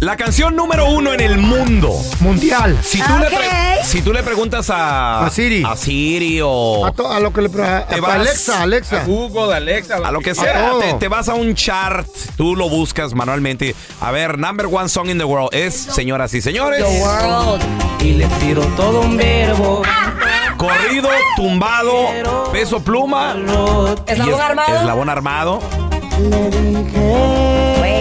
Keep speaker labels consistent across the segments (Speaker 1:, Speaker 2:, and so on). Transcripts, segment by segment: Speaker 1: La canción número uno en el mundo.
Speaker 2: Mundial.
Speaker 1: Si tú, le, pre- si tú le preguntas a,
Speaker 2: A Siri.
Speaker 1: a Siri o
Speaker 2: A, to- a lo que le pre- a-
Speaker 1: Te
Speaker 2: a-
Speaker 1: vas-
Speaker 2: Alexa, Alexa.
Speaker 3: Google, Alexa.
Speaker 1: a lo que
Speaker 2: A
Speaker 1: sea,
Speaker 2: todo.
Speaker 1: te, te vas a un chart, tú lo buscas manualmente. A ver, number one song in the world es, señoras y señores,
Speaker 3: Y le tiro todo un verbo.
Speaker 1: corrido, tumbado, peso pluma,
Speaker 4: Eslabón
Speaker 1: y es-
Speaker 4: armado.
Speaker 1: eslabón armado.
Speaker 4: Güey,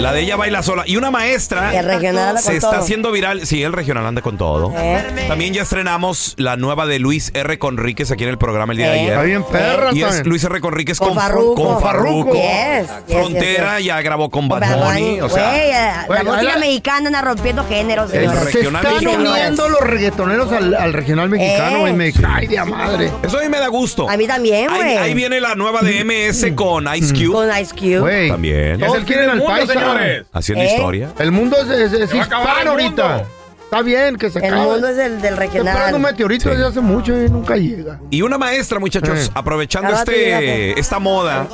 Speaker 1: La de ella baila sola. Y una maestra
Speaker 4: Y el regional anda
Speaker 1: se
Speaker 4: con
Speaker 1: está
Speaker 4: todo.
Speaker 1: haciendo viral. Sí, el regional anda con todo.
Speaker 4: Eh.
Speaker 1: También ya estrenamos la nueva de Luis R. Conríquez aquí en el programa el día de
Speaker 4: Eh.
Speaker 1: ayer.
Speaker 2: Está bien perra
Speaker 1: Y es
Speaker 2: también.
Speaker 1: Luis R. Conríquez
Speaker 4: Con
Speaker 1: con,
Speaker 4: Farruko.
Speaker 1: con Farruko.
Speaker 4: Yes, yes,
Speaker 1: Frontera ya grabó con
Speaker 4: Bad
Speaker 1: Bad
Speaker 4: Bunny,
Speaker 1: Bunny. O sea,
Speaker 4: güey, eh, la
Speaker 2: Güey,
Speaker 4: música
Speaker 2: ahí la-
Speaker 4: mexicana anda rompiendo géneros, señores.
Speaker 2: Se
Speaker 1: regional
Speaker 2: están
Speaker 1: mexicano.
Speaker 2: uniendo los reggaetoneros al, al regional mexicano, güey.
Speaker 4: Eh.
Speaker 2: Me cae de a madre.
Speaker 1: eso a mí me da gusto.
Speaker 4: A mí también,
Speaker 1: Ahí-
Speaker 4: Eh, güey. Mm.
Speaker 1: Ahí, viene la nueva de MS con Ice Cube.
Speaker 4: Con Ice Cube.
Speaker 2: Güey.
Speaker 1: También.
Speaker 2: Es el quieren al paisa.
Speaker 3: señores.
Speaker 1: Haciendo
Speaker 4: Eh.
Speaker 1: historia.
Speaker 2: El mundo es, es- es
Speaker 3: va a acabar
Speaker 2: hispano
Speaker 3: el mundo.
Speaker 2: ahorita. Está bien que se
Speaker 4: El
Speaker 2: acabe.
Speaker 4: mundo es el del
Speaker 2: Estoy
Speaker 4: regional.
Speaker 2: esperando un meteorito desde hace mucho y nunca llega.
Speaker 1: Y una maestra, muchachos,
Speaker 2: Eh.
Speaker 1: aprovechando
Speaker 4: Cállate,
Speaker 1: este,
Speaker 4: fíjate.
Speaker 1: esta moda,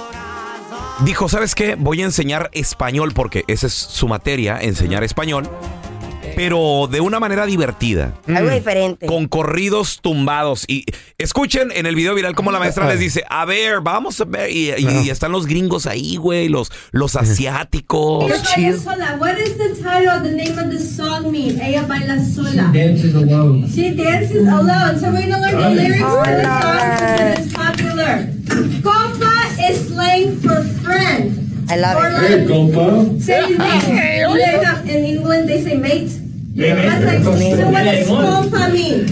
Speaker 1: dijo, ¿sabes qué? Voy a enseñar español porque esa es su materia, enseñar español, pero de una manera divertida.
Speaker 2: Mm.
Speaker 4: Algo diferente.
Speaker 1: Con corridos tumbados. Y escuchen en el video viral cómo la maestra les dice, a ver, vamos a ver. Y, y- y están los gringos ahí, güey, los, los
Speaker 4: Oh,
Speaker 1: asiáticos.
Speaker 2: Qué chido.
Speaker 5: What is the title, the name of the song mean? Ella baila sola.
Speaker 3: Dances alone.
Speaker 5: She dances alone. So we're gonna learn the lyrics to the song
Speaker 4: Alright.
Speaker 5: because it's popular. Compa is slang for friend.
Speaker 4: I love
Speaker 5: Or
Speaker 4: it.
Speaker 5: like,
Speaker 3: Compa.
Speaker 5: say mate. You know how in England they say mate. That's like, so what does compa mean?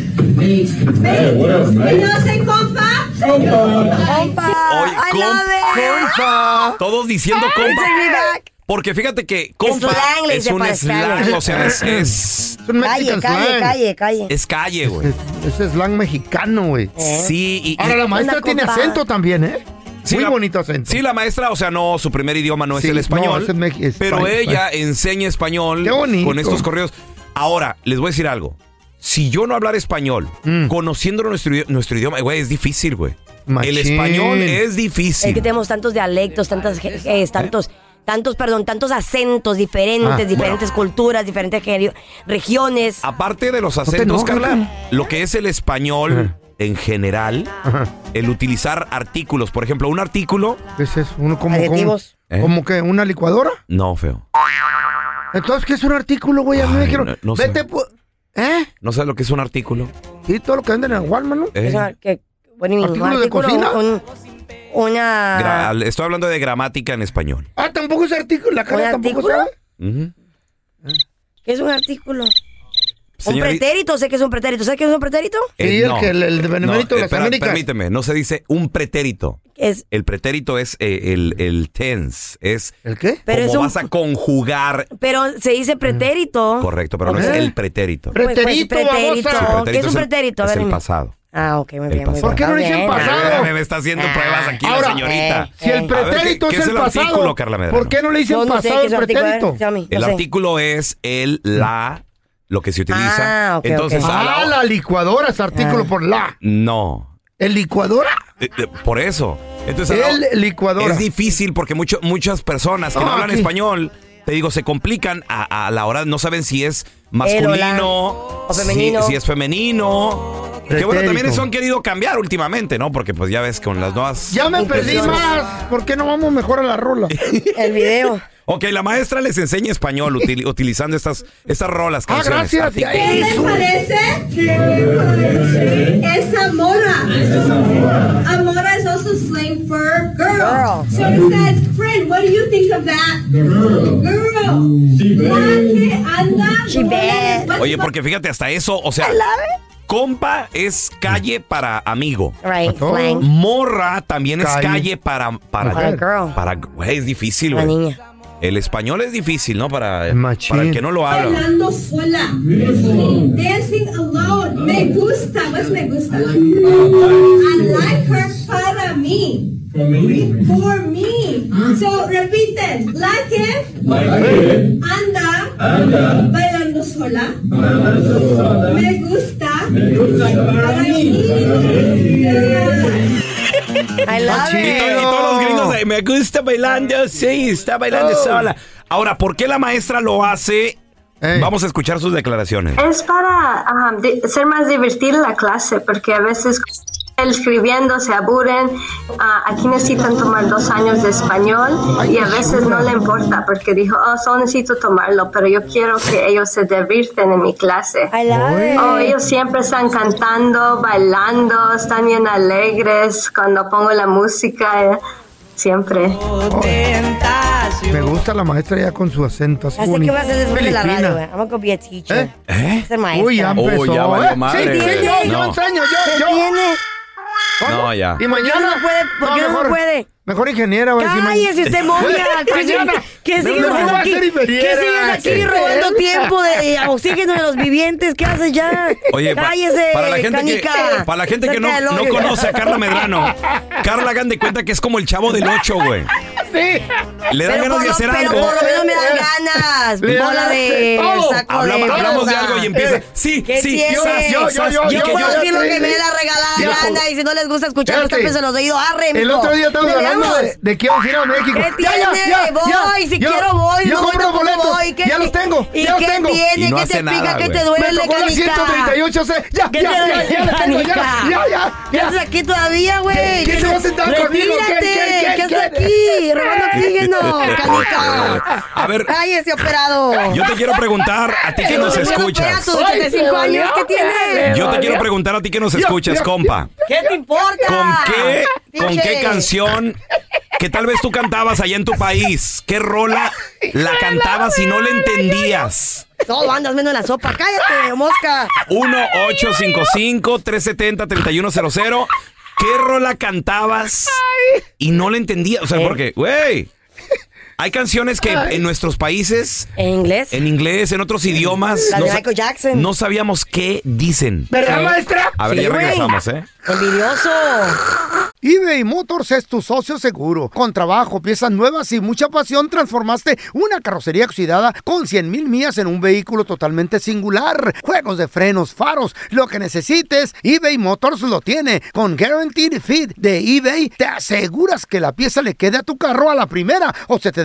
Speaker 3: Hey, what up,
Speaker 5: You know, say compa.
Speaker 3: Compa.
Speaker 4: Compa,
Speaker 1: Oye,
Speaker 4: I
Speaker 1: com-
Speaker 4: love it.
Speaker 1: Todos diciendo
Speaker 4: Take
Speaker 1: compa.
Speaker 4: me back.
Speaker 1: Porque fíjate que compa
Speaker 4: slang, le
Speaker 1: es
Speaker 4: dice
Speaker 1: un
Speaker 4: para
Speaker 1: slang,
Speaker 4: Spanish.
Speaker 1: o sea, es, es,
Speaker 2: Es un
Speaker 4: Calle,
Speaker 2: Mexican
Speaker 4: calle,
Speaker 2: slang.
Speaker 4: calle, calle.
Speaker 1: es calle, güey.
Speaker 2: Es, es slang mexicano, güey.
Speaker 1: Sí, y- y-
Speaker 2: Ahora la maestra
Speaker 4: ¿Eh? Una
Speaker 2: tiene
Speaker 4: copa.
Speaker 2: acento también, ¿eh?
Speaker 1: Sí,
Speaker 2: Muy
Speaker 1: la-
Speaker 2: bonito acento.
Speaker 1: Sí, la maestra, o sea, no, su primer idioma no es
Speaker 2: Sí,
Speaker 1: el
Speaker 2: no,
Speaker 1: español.
Speaker 2: es el Mex- es
Speaker 1: pero
Speaker 2: España,
Speaker 1: ella eh, enseña español
Speaker 2: Qué bonito.
Speaker 1: con estos correos. Ahora, les voy a decir algo. Si yo no hablar español,
Speaker 2: Mm.
Speaker 1: conociendo nuestro, idi- nuestro idioma, güey, es difícil, güey. El
Speaker 2: Machín.
Speaker 1: español es
Speaker 4: Es que
Speaker 1: difícil.
Speaker 4: tenemos tantos dialectos, tantas, ge- eh, tantos tantos, perdón, tantos acentos diferentes,
Speaker 1: Ah,
Speaker 4: diferentes culturas, diferentes gerio- regiones.
Speaker 1: Aparte de los acentos,
Speaker 4: enojes,
Speaker 1: Carla, lo que es el español en general, el utilizar artículos. Por ejemplo, un artículo.
Speaker 2: ¿Qué es eso? ¿Uno como, como,
Speaker 1: Adjetivos. ¿Eh?
Speaker 2: como que una licuadora?
Speaker 1: No, feo.
Speaker 2: Entonces, ¿qué es un artículo, güey? A mí me
Speaker 1: Ay,
Speaker 2: quiero...
Speaker 1: no- no sé.
Speaker 2: Vete, pu- ¿eh?
Speaker 1: ¿No sabes lo que es un artículo?
Speaker 2: Y todo lo que venden en Walmart, ¿no?
Speaker 1: Eh. Esa-
Speaker 4: que, bueno,
Speaker 2: ¿Artículo de
Speaker 4: artículo,
Speaker 2: cocina?
Speaker 4: un- una...
Speaker 1: Gra- Estoy hablando de gramática en español.
Speaker 2: Ah, tampoco es artículo. La
Speaker 4: ¿Un
Speaker 2: cara tampoco
Speaker 4: artículo?
Speaker 2: sabe.
Speaker 1: Ujú.
Speaker 4: ¿Qué es un artículo?
Speaker 1: Señorita-
Speaker 4: Un pretérito, sé que es un pretérito. ¿Sabes qué es un pretérito?
Speaker 1: Eh, no. eh,
Speaker 2: de Benemérito de las
Speaker 1: espera,
Speaker 2: Américas.
Speaker 1: Permíteme, no se dice un pretérito.
Speaker 4: Es-
Speaker 1: El pretérito es eh, el, el tense. Es
Speaker 2: ¿El qué?
Speaker 4: Pero
Speaker 1: cómo
Speaker 4: es un-
Speaker 1: vas a conjugar.
Speaker 4: Pero se
Speaker 2: Mm.
Speaker 4: dice pretérito.
Speaker 1: Correcto, pero no es
Speaker 4: Ok.
Speaker 1: el pretérito.
Speaker 4: Pues, pues, pretérito.
Speaker 1: Sí,
Speaker 4: ¿Qué es un
Speaker 1: el-
Speaker 4: pretérito? A
Speaker 1: Es
Speaker 4: ver,
Speaker 1: el
Speaker 4: dime.
Speaker 1: pasado.
Speaker 4: Ah, ok, muy bien. muy
Speaker 1: pasado.
Speaker 4: bien.
Speaker 1: ¿Por qué
Speaker 2: no le
Speaker 4: Está
Speaker 2: dicen
Speaker 4: bien.
Speaker 2: pasado?
Speaker 1: Ah, Me me está haciendo pruebas aquí
Speaker 2: Ahora, eh,
Speaker 1: la señorita.
Speaker 2: Si el
Speaker 1: A ver,
Speaker 2: pretérito
Speaker 1: ¿qué- qué
Speaker 2: es el pasado,
Speaker 1: artículo, Carla Medrano?
Speaker 2: ¿por qué no le dicen
Speaker 4: Yo no sé
Speaker 2: pasado
Speaker 4: qué es
Speaker 2: al
Speaker 4: un artículo, eh,
Speaker 2: pretérito?
Speaker 4: a ver, Sammy, no
Speaker 1: El
Speaker 4: sé.
Speaker 1: artículo es el, la, lo que se utiliza.
Speaker 4: Ah, ok, Ah. ok.
Speaker 1: Entonces, a la
Speaker 2: Ah,
Speaker 1: hora-
Speaker 2: la licuadora es artículo por la.
Speaker 1: No.
Speaker 2: ¿El licuadora?
Speaker 1: Eh, eh, Por eso. Entonces, a la-
Speaker 2: El licuadora.
Speaker 1: Es difícil porque mucho- muchas personas que no
Speaker 2: Ah,
Speaker 1: hablan
Speaker 2: aquí.
Speaker 1: español, te digo, se complican a, a la hora, no saben si es masculino,
Speaker 4: o
Speaker 1: si-
Speaker 4: femenino.
Speaker 1: Si, es femenino. Que bueno,
Speaker 2: Pretérito.
Speaker 1: también eso han querido cambiar últimamente, ¿no? Porque pues ya ves con las nuevas...
Speaker 2: Ya me perdí
Speaker 4: Impresiones.
Speaker 2: más. ¿Por qué no vamos mejor a la rola?
Speaker 4: El video.
Speaker 1: Ok, la maestra les enseña español util- utilizando estas, estas rolas,
Speaker 2: Ah,
Speaker 1: canciones.
Speaker 2: gracias.
Speaker 1: Así-
Speaker 2: Ya,
Speaker 5: ¿Qué les
Speaker 2: eso.
Speaker 5: parece? Esa mora. A mora is also slang for girl.
Speaker 4: Girl.
Speaker 5: So it says, friend, what do you think of that? Girl. La que anda
Speaker 4: She
Speaker 5: mora
Speaker 4: bad.
Speaker 5: después-
Speaker 1: Oye, porque fíjate, hasta eso, o sea, compa es calle para amigo.
Speaker 4: Right,
Speaker 2: Pasó.
Speaker 4: slang.
Speaker 1: Morra también es
Speaker 2: Calle.
Speaker 1: calle para... Para,
Speaker 4: Para girl.
Speaker 1: para- güey, es difícil,
Speaker 4: La
Speaker 1: güey.
Speaker 4: niña.
Speaker 1: El español es difícil, ¿no? Para,
Speaker 2: Machín.
Speaker 1: para el que no lo habla.
Speaker 5: Bailando sola. Dancing alone. Me gusta. What's me gusta? I like her para mí. For me. So, repiten. La que anda, bailando sola. Me gusta. Para mí.
Speaker 4: I love
Speaker 1: Y,
Speaker 4: it.
Speaker 1: to- y todos los gringos, eh, me gusta bailando, sí, está bailando
Speaker 4: Oh.
Speaker 1: sola. Ahora, ¿por qué la maestra lo hace?
Speaker 2: Ey.
Speaker 1: Vamos a escuchar sus declaraciones.
Speaker 6: Es para ajá, di- ser más divertida la clase, porque a veces escribiendo se aburren. Ah, aquí necesitan tomar dos años de español y a veces no le importa, porque dijo, oh, solo necesito tomarlo, pero yo quiero que ellos se divierten en mi clase.
Speaker 4: I love
Speaker 6: Oh,
Speaker 4: it.
Speaker 6: ellos siempre están cantando, bailando, están bien alegres cuando pongo la música, eh, siempre.
Speaker 2: Me gusta la maestra ya con su acento. Así
Speaker 4: Así que
Speaker 2: bonito.
Speaker 4: voy a hacer después de la
Speaker 2: Filipina.
Speaker 4: radio, eh. güey. I'm gonna go be a teacher.
Speaker 2: ¿Eh?
Speaker 4: Voy a Ser maestra.
Speaker 2: Uy, ya empezó.
Speaker 1: Uy, ya valió
Speaker 2: ¿eh?
Speaker 1: madre,
Speaker 2: sí, sí,
Speaker 1: güey.
Speaker 2: yo, yo
Speaker 1: No.
Speaker 2: enseño, yo, yo.
Speaker 4: Viene.
Speaker 1: No, ya.
Speaker 2: Y
Speaker 4: qué
Speaker 2: mañana.
Speaker 4: no puede? ¿Por qué no puede?
Speaker 2: Mejor ingeniera, güey.
Speaker 4: Cállese usted, momia.
Speaker 2: Mañana.
Speaker 4: ¿Qué
Speaker 2: No,
Speaker 4: sigues
Speaker 2: no,
Speaker 4: haciendo
Speaker 2: voy a
Speaker 4: aquí?
Speaker 2: ser
Speaker 4: ¿Qué
Speaker 2: ingeniera.
Speaker 4: sigues aquí
Speaker 2: Sí. ¿Eh?
Speaker 4: robando tiempo de de oxígeno de los vivientes? ¿Qué haces ya?
Speaker 1: Oye, pa-
Speaker 4: Cállese,
Speaker 1: para la gente que,
Speaker 4: canica.
Speaker 1: para la gente que no,
Speaker 4: Cerca del
Speaker 1: no
Speaker 4: hoyo.
Speaker 1: conoce a Carla Medrano, Carla hagan de cuenta que es como el chavo del 8, güey. Le da
Speaker 4: Pero
Speaker 1: ganas
Speaker 4: por
Speaker 1: de
Speaker 4: lo-
Speaker 1: hacer
Speaker 4: pero
Speaker 1: algo.
Speaker 4: por lo menos me
Speaker 2: Eh,
Speaker 4: dan ganas.
Speaker 2: le dan
Speaker 4: Bola de
Speaker 2: todo.
Speaker 4: saco
Speaker 1: Hablamos,
Speaker 4: de
Speaker 1: hablamos de
Speaker 4: bolsa.
Speaker 1: algo y empieza.
Speaker 2: Eh,
Speaker 1: Sí,
Speaker 4: ¿Qué
Speaker 1: sí,
Speaker 4: tiene?
Speaker 1: sas,
Speaker 2: Yo,
Speaker 1: sas,
Speaker 2: yo,
Speaker 1: y
Speaker 4: Yo
Speaker 1: que
Speaker 4: puedo
Speaker 2: yo-
Speaker 4: decir lo
Speaker 2: yo-
Speaker 4: que me dé la
Speaker 2: yo-
Speaker 4: regalada gana y si no les gusta escuchar,
Speaker 2: Fíjate.
Speaker 4: pues tápense los oídos. Arre,
Speaker 2: El
Speaker 4: mijo.
Speaker 2: otro día estamos
Speaker 4: ¿Le
Speaker 2: hablando
Speaker 4: damos?
Speaker 2: de, de que vamos a ir a México.
Speaker 4: ¿Qué tiene? voy, si quiero voy,
Speaker 2: Yo
Speaker 4: no voy,
Speaker 2: compro
Speaker 4: tampoco
Speaker 2: boletos.
Speaker 4: voy. ¿Qué
Speaker 2: ya los
Speaker 4: ti-
Speaker 2: tengo.
Speaker 4: ¿Y
Speaker 2: ya los
Speaker 4: qué
Speaker 2: tengo.
Speaker 4: tiene?
Speaker 1: Y no
Speaker 4: ¿Qué
Speaker 1: hace
Speaker 4: te
Speaker 1: nada,
Speaker 4: pica? ¿Qué
Speaker 1: güey.
Speaker 4: te
Speaker 2: Me
Speaker 4: duele,
Speaker 2: tocó la
Speaker 4: canica?
Speaker 2: 138 C. Ya,
Speaker 4: ¿Qué
Speaker 2: ya,
Speaker 4: te
Speaker 2: ya,
Speaker 4: duele,
Speaker 2: ya, la tengo, ya,
Speaker 4: canica?
Speaker 2: ya, ya,
Speaker 4: ¿Qué
Speaker 2: ya.
Speaker 4: haces aquí todavía, güey?
Speaker 2: ¿Quién- quién se va a sentar
Speaker 4: Retírate,
Speaker 2: conmigo? ¿Quién- quién-
Speaker 4: ¿Qué
Speaker 2: quién-
Speaker 4: haces aquí?
Speaker 2: quién?
Speaker 4: Robando oxígeno, canica.
Speaker 1: A ver,
Speaker 4: Cállese, operado.
Speaker 1: yo te quiero preguntar a ti que nos
Speaker 4: Bueno, opera
Speaker 1: escuchas.
Speaker 4: tus 75 años, ¿qué tienes?
Speaker 1: Yo te quiero preguntar a ti que nos escuchas, compa.
Speaker 4: ¿Qué te importa?
Speaker 1: ¿Con qué, con qué
Speaker 4: Pinche.
Speaker 1: canción que tal vez tú cantabas allá en tu país? ¿Qué rola la cantabas y no le entendías?
Speaker 4: Todo andas menos en la sopa. Cállate, mosca.
Speaker 1: 1-855-370-3100. ¿Qué rola cantabas y no le entendías? O sea,
Speaker 4: Eh.
Speaker 1: porque, güey, hay canciones que en nuestros países,
Speaker 4: ¿En inglés?
Speaker 1: en inglés, en otros idiomas,
Speaker 4: La de
Speaker 1: sa-
Speaker 4: Michael Jackson.
Speaker 1: no sabíamos qué dicen. Eh,
Speaker 2: ¿Verdad, maestra?
Speaker 1: A ver,
Speaker 4: Sí,
Speaker 1: ya
Speaker 4: güey.
Speaker 1: regresamos, ¿eh?
Speaker 4: Envidioso.
Speaker 2: eBay Motors es tu socio seguro. Con trabajo, piezas nuevas y mucha pasión, transformaste una carrocería oxidada con 100 mil millas en un vehículo totalmente singular. Juegos de frenos, faros, lo que necesites, eBay Motors lo tiene. Con Guaranteed Fit de eBay, te aseguras que la pieza le quede a tu carro a la primera o se te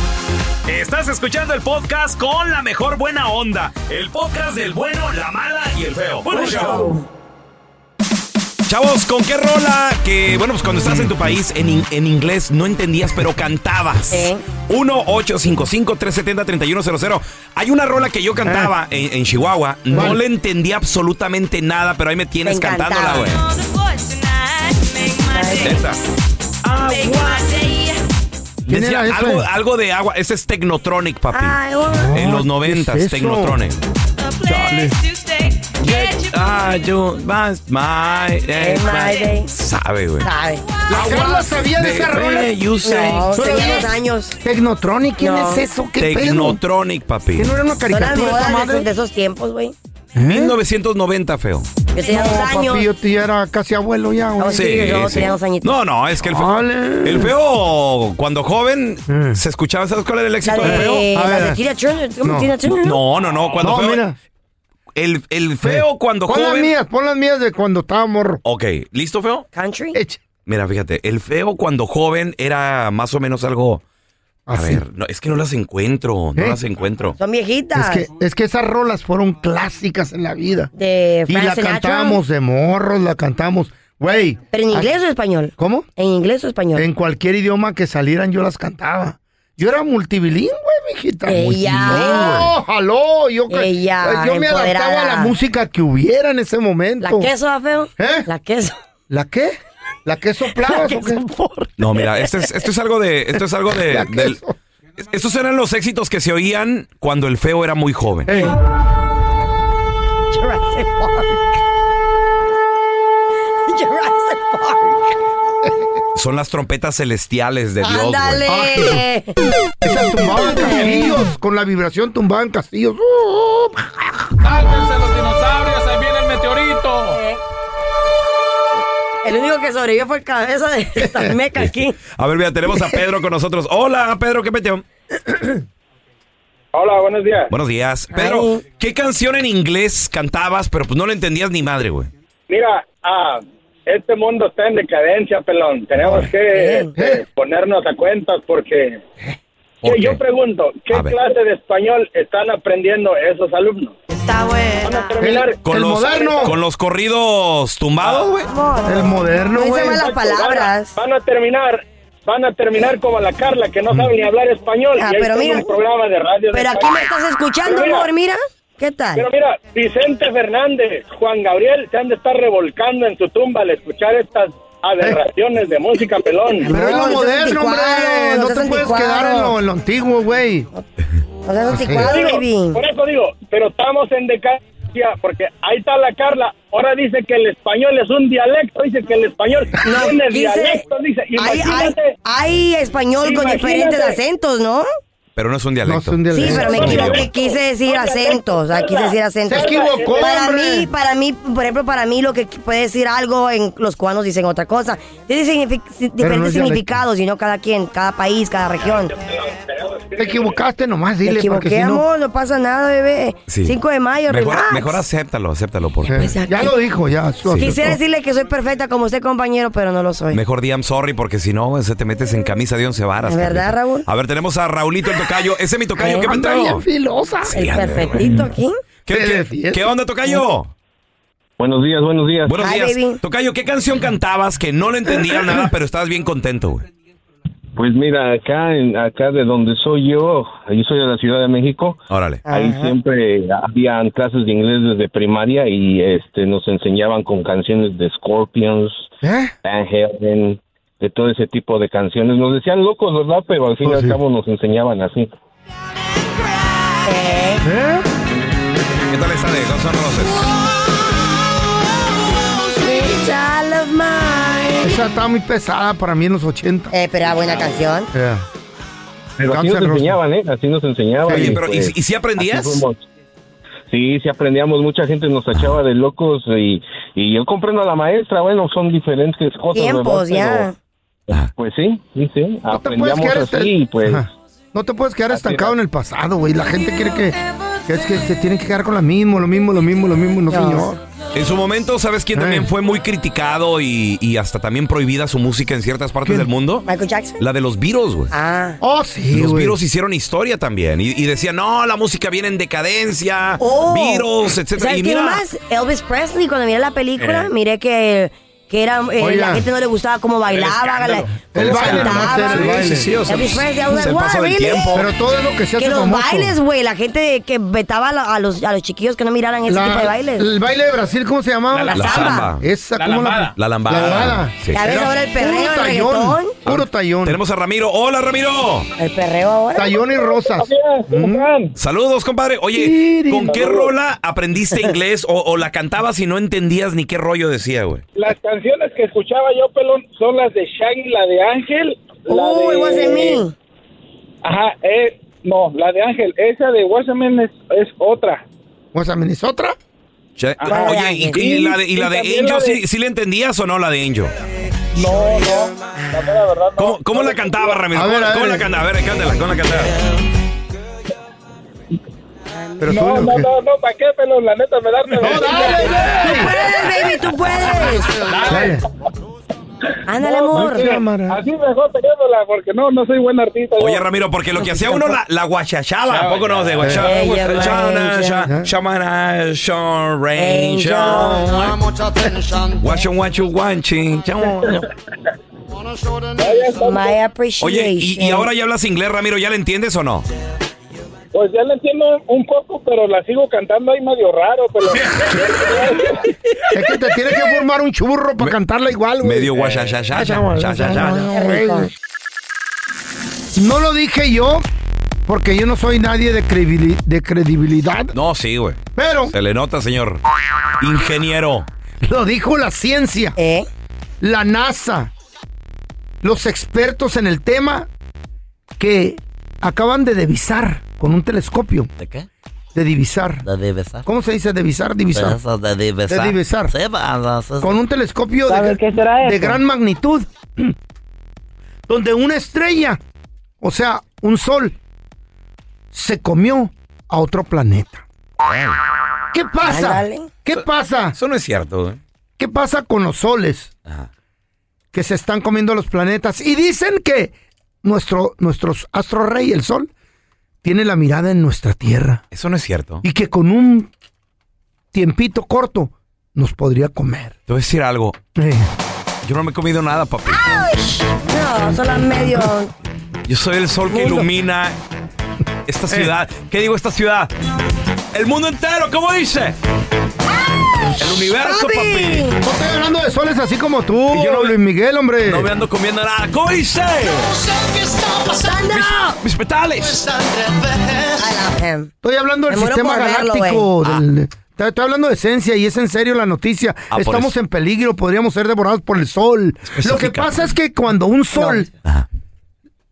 Speaker 1: Estás escuchando el podcast con la mejor buena onda. El podcast del bueno, la mala y el feo. Bueno, show. Chavos, ¿con qué rola que, bueno, pues cuando estás en tu país en, in- en inglés no entendías, pero cantabas? 1-855-370-3100. Hay una rola que yo cantaba en, en Chihuahua, no
Speaker 7: Ah. ¿Cuál?
Speaker 1: le entendía absolutamente nada, pero ahí me tienes
Speaker 7: Me encantaba.
Speaker 1: cantándola, güey. Esa.
Speaker 7: ¿Quién
Speaker 1: Decía
Speaker 7: era ese?
Speaker 1: algo, algo de agua. Ese es Technotronic, papi.
Speaker 7: Ay, oh.
Speaker 1: en los
Speaker 7: ¿qué
Speaker 1: noventas,
Speaker 7: es eso?
Speaker 1: Technotronic. Ah, yo, más, my, eh,
Speaker 7: my
Speaker 1: my-
Speaker 7: day.
Speaker 1: Sabe, güey.
Speaker 2: La Carla sabía de
Speaker 1: De
Speaker 2: esa rola.
Speaker 1: Rene Yusei.
Speaker 2: No,
Speaker 1: Pero
Speaker 2: tenía
Speaker 1: diez
Speaker 2: años. Tecnotronic, ¿quién
Speaker 8: No.
Speaker 2: es eso? ¿Qué pedo?
Speaker 1: Technotronic, papi.
Speaker 2: ¿Que no era una
Speaker 8: Son las
Speaker 2: caricatura esa
Speaker 8: modas de,
Speaker 2: madre?
Speaker 8: esos- de esos tiempos, güey.
Speaker 1: 1990, feo.
Speaker 8: Yo tenía dos
Speaker 2: papi,
Speaker 8: años. Oh,
Speaker 2: yo ya era casi abuelo ya. güey.
Speaker 1: sí. No, no, es que el feo, el feo cuando joven se escuchaba, ¿sabes cuál era el éxito
Speaker 8: La
Speaker 1: del
Speaker 8: de-
Speaker 1: feo?
Speaker 8: la de Tina Turner, ¿cómo
Speaker 1: no.
Speaker 8: Tina Turner?
Speaker 1: No, no, no, cuando
Speaker 2: No,
Speaker 1: feo-
Speaker 2: mira.
Speaker 1: El, el feo cuando
Speaker 2: pon las
Speaker 1: joven.
Speaker 2: mías, pon las mías de cuando estaba morro.
Speaker 1: Ok, ¿listo, feo?
Speaker 8: Country.
Speaker 1: Mira, fíjate, el feo cuando joven era más o menos algo. A ver, no, es que no las encuentro, no
Speaker 2: ¿Eh?
Speaker 1: las encuentro.
Speaker 8: Son
Speaker 2: Es
Speaker 8: viejitas.
Speaker 2: que, es que esas rolas fueron clásicas en la vida.
Speaker 8: De
Speaker 2: y
Speaker 8: Frank
Speaker 2: la
Speaker 8: Sinatra.
Speaker 2: cantamos de morros, la cantamos. Güey.
Speaker 8: ¿Pero en inglés o español?
Speaker 2: ¿Cómo?
Speaker 8: ¿En inglés o español?
Speaker 2: En cualquier idioma que salieran yo las cantaba. Yo era multilingüe, mijita.
Speaker 8: Ella.
Speaker 2: Multilingüe. No, Oh, jaló. Yo, que-
Speaker 8: Ella,
Speaker 2: yo me adaptaba a
Speaker 8: empoderada.
Speaker 2: la música que hubiera en ese momento. ¿Eh?
Speaker 8: ¿La queso, va, feo? La queso.
Speaker 2: ¿La qué? ¿La qué soplabas o qué?
Speaker 1: No, mira, este es- esto es algo de. Esto es algo de. del- estos eran los éxitos que se oían cuando el feo era muy joven.
Speaker 8: Jurassic Park. Jurassic Park.
Speaker 1: Son las trompetas celestiales de Dios, güey.
Speaker 8: ¡Ándale!
Speaker 2: Esas tumbaban castillos, con la vibración tumbaban castillos. Uh, uh.
Speaker 7: ¡Cálmense los dinosaurios! ¡Ahí viene el meteorito!
Speaker 8: El único que sobrevivió fue el cabeza de esta meca aquí.
Speaker 1: A ver, mira, tenemos a Pedro con nosotros. Hola, Pedro, ¿qué peteo?
Speaker 9: Hola, buenos días.
Speaker 1: Buenos días. Pedro, ¿qué canción en inglés cantabas, pero pues no la entendías ni madre, güey?
Speaker 9: Mira, ah, este mundo está en decadencia, pelón. Tenemos que este, ponernos a cuentas porque... Yo- Yo pregunto, ¿qué clase de español están aprendiendo esos alumnos? Está bueno. Van a terminar
Speaker 1: Con los, Con los corridos tumbados, güey.
Speaker 9: Ah.
Speaker 2: El moderno,
Speaker 9: güey.
Speaker 8: malas palabras.
Speaker 9: Van a, van a terminar, van a terminar como la Carla, que no sabe ni hablar español.
Speaker 8: Ah,
Speaker 9: y ahí
Speaker 8: pero
Speaker 9: tengo
Speaker 8: mira,
Speaker 9: un programa de radio. de
Speaker 8: Pero aquí
Speaker 9: español.
Speaker 8: me estás escuchando,
Speaker 9: Pero mira,
Speaker 8: amor, mira. ¿Qué
Speaker 9: Pero
Speaker 8: tal?
Speaker 9: mira, Vicente Fernández, Juan Gabriel, se han de estar revolcando en su tumba al escuchar estas aberraciones de música pelón.
Speaker 2: Pero es lo moderno, hombre. No te puedes quedar en lo, en lo antiguo, güey.
Speaker 9: Por eso digo, por eso digo, pero estamos en decadencia porque ahí está la Carla. Ahora dice que el español es un dialecto, dice que el español no, tiene
Speaker 8: dice-
Speaker 9: dialecto, dice.
Speaker 8: Hay, hay,
Speaker 9: Imagínate.
Speaker 8: hay español con
Speaker 9: Imagínate.
Speaker 8: diferentes acentos, ¿no?
Speaker 1: Pero no es un dialecto.
Speaker 8: Sí, pero me equivoqué, quise decir acentos, o sea, quise decir acentos.
Speaker 2: Se equivocó,
Speaker 8: Para
Speaker 2: hombre.
Speaker 8: mí, para mí, por ejemplo, para mí lo que puede decir algo, en los cubanos dicen otra cosa. Tiene signifi- si-
Speaker 2: no
Speaker 8: diferentes
Speaker 2: es dialecto.
Speaker 8: significados, sino cada quien, cada país, cada región.
Speaker 2: Te equivocaste nomás, dile.
Speaker 4: Te
Speaker 2: porque
Speaker 4: equivoqué,
Speaker 2: si no-
Speaker 4: amor, no pasa nada, bebé.
Speaker 1: Sí.
Speaker 4: 5 de mayo,
Speaker 1: Mejor,
Speaker 4: relax.
Speaker 1: mejor acéptalo, acéptalo. Por
Speaker 2: Sí. Ya lo dijo, ya. su-
Speaker 1: Sí.
Speaker 4: Pues Quisiera decirle que soy perfecta como usted, compañero, pero no lo soy.
Speaker 1: Mejor di I'm sorry porque si no se te metes en camisa de once varas.
Speaker 4: ¿De verdad,
Speaker 1: Carlita.
Speaker 4: Raúl?
Speaker 1: A ver, tenemos a Raulito el tocayo. Ese es mi tocayo
Speaker 4: Eh,
Speaker 1: que me
Speaker 4: anda
Speaker 1: trajo.
Speaker 4: bien
Speaker 2: filosa.
Speaker 1: Sí,
Speaker 4: El
Speaker 1: anda, güey.
Speaker 4: perfectito aquí.
Speaker 1: ¿Qué, qué, qué onda, Tocayo?
Speaker 10: Buenos días, buenos días.
Speaker 1: Buenos
Speaker 4: Hi,
Speaker 1: días.
Speaker 4: baby.
Speaker 1: Tocayo, ¿qué canción cantabas que no le entendía nada, pero estabas bien contento, güey?
Speaker 10: Pues mira, acá, en, acá de donde soy yo, yo soy de la Ciudad de México.
Speaker 1: Órale.
Speaker 10: Ahí siempre habían clases de inglés desde primaria y este nos enseñaban con canciones de Scorpions, Van Halen, de todo ese tipo de canciones. Nos decían locos, ¿verdad? Pero al fin y al cabo nos enseñaban así.
Speaker 1: ¿Qué tal esta de Guns N' Roses?
Speaker 4: Sweet child of mine.
Speaker 2: Esa estaba muy pesada para mí en los 80.
Speaker 4: Eh, pero era buena canción.
Speaker 10: Pero así
Speaker 2: Guns N'
Speaker 10: nos
Speaker 2: Roses.
Speaker 10: enseñaban, ¿eh? Así nos enseñaban.
Speaker 1: Oye,
Speaker 10: y
Speaker 1: pero ¿y-
Speaker 10: pues,
Speaker 1: y si aprendías?
Speaker 10: así fuimos. Sí, sí aprendíamos. Mucha gente nos achaba de locos y, y yo comprendo a la maestra. Bueno, son diferentes cosas.
Speaker 2: Tiempos,
Speaker 10: ¿verdad? Pero, Pues sí, sí, sí. Aprendíamos
Speaker 2: quedar este-
Speaker 10: así, pues.
Speaker 2: Ajá. No te puedes quedar estancado en el pasado, güey. La gente quiere que, que es que se tienen que quedar con lo mismo, lo mismo, lo mismo, lo mismo.
Speaker 4: Pues
Speaker 2: No, señor.
Speaker 1: En su momento, ¿sabes quién
Speaker 4: Eh.
Speaker 1: también fue muy criticado y, y hasta también prohibida su música en ciertas partes del mundo?
Speaker 4: Michael Jackson.
Speaker 1: La de los Virus, güey.
Speaker 4: Ah.
Speaker 2: Oh, sí,
Speaker 1: Los
Speaker 2: güey.
Speaker 1: Virus hicieron historia también y, y decían, no, la música viene en decadencia,
Speaker 4: Oh.
Speaker 1: Virus, etcétera.
Speaker 4: ¿Sabes
Speaker 1: Y
Speaker 4: quién
Speaker 1: mira,
Speaker 4: más? Elvis Presley, cuando miré la película,
Speaker 1: Eh.
Speaker 4: miré que, que era, eh,
Speaker 1: Oiga.
Speaker 4: la gente no le gustaba cómo bailaba,
Speaker 1: escándalo.
Speaker 4: la,
Speaker 1: El
Speaker 4: cómo
Speaker 1: baile, nomás
Speaker 4: cantaba.
Speaker 1: era el baile. Sí, sí, o sea,
Speaker 4: Elvis Presley, I was
Speaker 1: es el paso
Speaker 4: like, "What,
Speaker 1: del
Speaker 4: really?"
Speaker 1: tiempo. Pero todo es lo que se hace
Speaker 4: Que los
Speaker 1: famoso.
Speaker 4: bailes, güey, la gente que vetaba a, la- a los, a los chiquillos que no miraran ese
Speaker 2: La-
Speaker 4: tipo de bailes.
Speaker 2: El baile de Brasil, ¿cómo se llamaba?
Speaker 1: La- la La samba. samba.
Speaker 2: Esa,
Speaker 1: La
Speaker 2: ¿cómo
Speaker 1: lambada. La lambada. Sí. Ya ves
Speaker 2: Era
Speaker 1: ahora el perreo,
Speaker 2: puro
Speaker 1: el
Speaker 2: tallón,
Speaker 1: reggaetón.
Speaker 2: Puro tallón.
Speaker 1: Tenemos a Ramiro. ¡Hola, Ramiro!
Speaker 4: El perreo ahora.
Speaker 2: Tallón y rosas.
Speaker 4: ¿Mm?
Speaker 1: Saludos, compadre. Oye, ¿con qué rola aprendiste inglés o, o la cantabas y no entendías ni qué rollo decía, güey?
Speaker 11: Las canciones que escuchaba yo, pelón, son las de Shaggy, la de Ángel. La
Speaker 4: Oh,
Speaker 11: de...
Speaker 4: it wasn't me.
Speaker 11: Ajá, eh, no, la de Ángel. Esa de Wasserman es, es otra.
Speaker 2: ¿Vamos a Minnesota?
Speaker 1: Che-
Speaker 11: Ajá.
Speaker 1: Oye, ¿y, y la de, y la de
Speaker 11: Sí, también
Speaker 1: Angel?
Speaker 11: la de-
Speaker 1: ¿sí, sí le entendías o no la de Angel?
Speaker 11: No, no, la mera verdad no.
Speaker 1: ¿Cómo, cómo la cantaba, Ramiro?
Speaker 11: A ver,
Speaker 1: ¿Cómo,
Speaker 11: a
Speaker 1: cómo
Speaker 11: ver.
Speaker 1: la cantaba? A ver, cántala, ¿cómo la cantaba?
Speaker 2: Pero
Speaker 11: no, no, no, no, ¿para qué, pelón? La neta me da
Speaker 4: Baby, tú puedes. Ándale, amor.
Speaker 11: Así mejor pegándola, porque no, no soy buen artista.
Speaker 1: Oye, Ramiro, porque lo que hacía uno la, la guachachaba. ¿A poco no? De guachachaba.
Speaker 11: Eh, ya,
Speaker 1: Guachachana,
Speaker 11: ya.
Speaker 1: sha- shamana, shon, rain, shon. Guacho, guacho, guanchi, shon.
Speaker 4: My
Speaker 1: Oye,
Speaker 4: appreciation.
Speaker 1: y, y ahora ya hablas inglés, Ramiro? ¿Ya le entiendes o no?
Speaker 11: Pues ya la entiendo un poco, pero la sigo cantando ahí medio raro, pero...
Speaker 2: Es que te tienes que formar un churro para cantarla igual, güey.
Speaker 1: Medio guachachachá, chachachá.
Speaker 2: No lo dije yo, porque yo no soy nadie de, credibil- de credibilidad.
Speaker 1: No, sí, güey.
Speaker 2: Pero-
Speaker 1: Se le nota, señor. Ingeniero.
Speaker 2: Lo dijo la ciencia. La NASA. Los expertos en el tema que acaban de divisar con un telescopio. ¿De
Speaker 12: qué?
Speaker 2: De divisar.
Speaker 12: De divisar.
Speaker 2: ¿Cómo se dice divisar? Divisar.
Speaker 12: Eso de divisar.
Speaker 2: De divisar.
Speaker 12: Sí, va, va, sí, sí.
Speaker 2: Con un telescopio de,
Speaker 12: ¿Sabes qué será
Speaker 2: de
Speaker 12: eso?
Speaker 2: gran magnitud. Donde una estrella, o sea, un sol, se comió a otro planeta. ¿Qué pasa? ¿Qué pasa?
Speaker 1: Eso no es cierto, ¿eh? güey.
Speaker 2: ¿Qué pasa con los soles? Que se están comiendo los planetas. Y dicen que nuestro, nuestro astro rey, el sol, tiene la mirada en nuestra Tierra.
Speaker 1: Eso no es cierto.
Speaker 2: Y que con un tiempito corto nos podría comer.
Speaker 1: Te voy a decir algo.
Speaker 2: Eh,
Speaker 1: Yo no me he comido nada, papi.
Speaker 4: No, solo medio.
Speaker 1: Yo soy el sol que
Speaker 4: Mundo.
Speaker 1: ilumina
Speaker 2: Eh.
Speaker 1: esta ciudad. ¿Qué digo esta ciudad? El mundo entero, ¿cómo dice? El universo, papi.
Speaker 2: No estoy hablando de soles así como tú, Luis Miguel, hombre.
Speaker 1: No me ando comiendo nada. ¿Cómo dice? Mis, mis petales.
Speaker 2: Estoy hablando del
Speaker 1: Me muero
Speaker 2: sistema
Speaker 1: por verlo,
Speaker 2: galáctico.
Speaker 1: güey.
Speaker 2: del- Estoy estoy hablando de esencia y es en serio la noticia.
Speaker 1: Ah, por
Speaker 2: Estamos
Speaker 1: eso.
Speaker 2: en peligro, podríamos ser devorados por el sol. Lo que pasa es que cuando un sol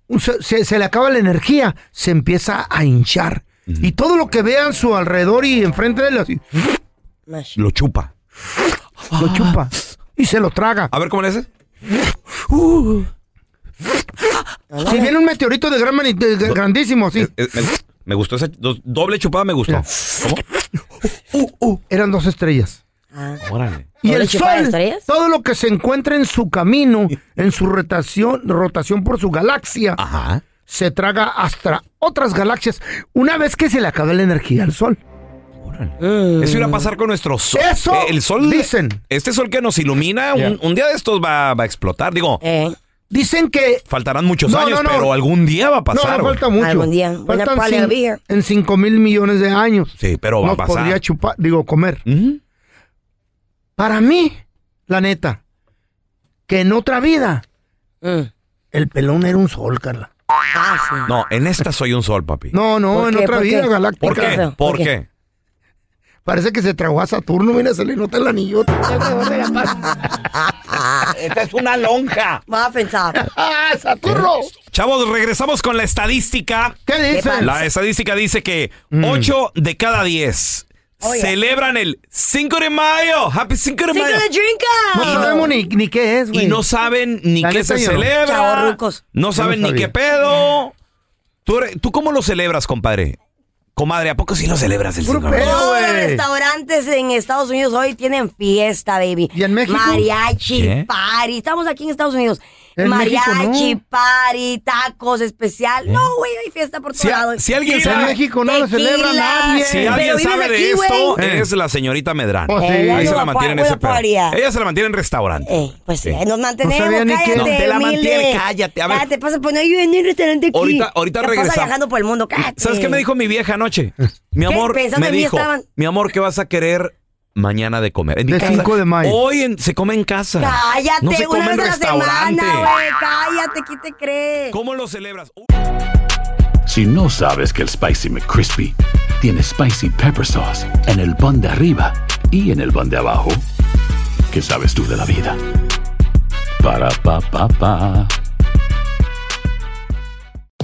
Speaker 2: un sol- se, se le acaba la energía, se empieza a hinchar. Y todo lo que vean su alrededor y enfrente de él, así,
Speaker 1: Lo chupa.
Speaker 2: lo chupa y se lo traga.
Speaker 1: A ver cómo le haces.
Speaker 2: Uh. Si viene un meteorito de gran mani- de- de- grandísimo, así.
Speaker 1: Eh, me, me gustó esa do- doble chupada, me gustó.
Speaker 2: Uh, uh, eran dos estrellas.
Speaker 1: Órale.
Speaker 2: Y
Speaker 4: ¿Doble
Speaker 2: el
Speaker 4: chupada de
Speaker 2: sol, todo lo que se encuentra en su camino, en su rotación, rotación por su galaxia, se traga hasta otras galaxias una vez que se le acaba la energía al sol.
Speaker 1: Eso iba a pasar con nuestro sol.
Speaker 2: Eh. Eso
Speaker 1: Eh, el sol
Speaker 2: dicen.
Speaker 1: Este sol que nos ilumina,
Speaker 2: Yeah.
Speaker 1: un, un día de estos va, va a explotar. Digo,
Speaker 2: Dicen que
Speaker 1: faltarán muchos
Speaker 2: No, no,
Speaker 1: años,
Speaker 2: no.
Speaker 1: pero algún día va a
Speaker 2: No,
Speaker 1: pasar.
Speaker 2: no
Speaker 1: güey.
Speaker 2: falta mucho.
Speaker 4: When
Speaker 2: Faltan
Speaker 4: a pile of
Speaker 2: cin-
Speaker 4: beer.
Speaker 2: en 5 mil millones de años.
Speaker 1: Sí, pero va a
Speaker 2: Nos
Speaker 1: pasar.
Speaker 2: podría chupar, digo, comer. Para mí, la neta, que en otra vida, el pelón era un sol, Carla.
Speaker 1: No, en esta soy un sol, papi.
Speaker 2: No, no,
Speaker 1: Ah, ¿Por
Speaker 2: en
Speaker 1: qué?
Speaker 2: otra
Speaker 1: ¿Por
Speaker 2: vida
Speaker 1: qué?
Speaker 2: galáctica.
Speaker 1: ¿Por qué? ¿Por, qué?
Speaker 2: Parece que se tragó a Saturno, mira, se le nota el anillo.
Speaker 1: Esta es una lonja.
Speaker 4: Va a pensar.
Speaker 2: ¡Ah, Saturno!
Speaker 1: Chavos, regresamos con la estadística.
Speaker 2: ¿Qué Mm. dice? ¿Qué
Speaker 1: La estadística dice que 8 de cada 10
Speaker 2: Oye.
Speaker 1: celebran el 5 de mayo. Happy 5 de
Speaker 2: Cinco
Speaker 1: mayo.
Speaker 2: de No sabemos ni, ni qué es, güey.
Speaker 1: Y no saben ni
Speaker 2: La
Speaker 1: qué
Speaker 2: neta
Speaker 1: se
Speaker 2: yo no.
Speaker 1: celebra.
Speaker 2: Chavorrucos.
Speaker 1: No saben
Speaker 2: Yo no
Speaker 1: ni qué pedo. ¿Tú, eres- ¿Tú cómo lo celebras, compadre? Comadre, ¿a poco sí lo celebras el 5 de mayo?
Speaker 4: Todos los restaurantes en Estados Unidos hoy tienen fiesta, baby. ¿Y en
Speaker 1: México?
Speaker 4: Mariachi,
Speaker 1: ¿Qué?
Speaker 4: party. Estamos aquí en Estados Unidos.
Speaker 1: En
Speaker 4: Mariachi,
Speaker 1: México,
Speaker 4: party, tacos especial.
Speaker 1: ¿Eh?
Speaker 4: No, güey, hay fiesta por todos
Speaker 1: Si, a-
Speaker 4: lados.
Speaker 1: si alguien
Speaker 4: Tequila,
Speaker 1: sabe,
Speaker 4: tequila.
Speaker 1: Si alguien
Speaker 4: Pero vives
Speaker 1: sabe de
Speaker 4: aquí,
Speaker 1: esto,
Speaker 4: güey.
Speaker 1: es la señorita Medrano.
Speaker 2: Oh,
Speaker 4: Pues sí.
Speaker 1: Ahí
Speaker 4: Ella
Speaker 1: se
Speaker 4: no
Speaker 1: la
Speaker 4: va
Speaker 1: mantiene en
Speaker 4: pa-
Speaker 1: ese
Speaker 4: no
Speaker 1: pedo.
Speaker 4: paría.
Speaker 1: Ella se la mantiene en restaurante.
Speaker 4: pues
Speaker 1: sí.
Speaker 4: Eh, Nos mantenemos,
Speaker 1: sabía ni qué.
Speaker 4: cállate,
Speaker 1: No, te la
Speaker 4: humilde.
Speaker 1: mantiene, cállate, a ver.
Speaker 4: Ya te pasa por ahí en el restaurante aquí.
Speaker 1: Ahorita- ahorita
Speaker 4: Te pasa
Speaker 1: regresamos.
Speaker 4: viajando por el mundo, cállate.
Speaker 1: ¿Sabes qué me dijo mi vieja anoche? Mi
Speaker 4: ¿Qué?
Speaker 1: amor,
Speaker 4: Pensando
Speaker 1: me
Speaker 4: en mí
Speaker 1: dijo,
Speaker 4: estaban.
Speaker 1: mi amor, ¿qué vas a querer mañana de comer? En mi
Speaker 2: De
Speaker 1: casa.
Speaker 2: 5 de mayo.
Speaker 1: Hoy en- se come en casa.
Speaker 4: Cállate,
Speaker 1: no se come
Speaker 4: una
Speaker 1: en
Speaker 4: vez a la
Speaker 1: restaurante.
Speaker 4: semana, güey. Cállate, ¿quién te cree?
Speaker 1: ¿Cómo lo celebras?
Speaker 13: Si no sabes que el Spicy McCrispy tiene spicy pepper sauce en el pan de arriba y en el pan de abajo, ¿qué sabes tú de la vida? Para pa pa pa.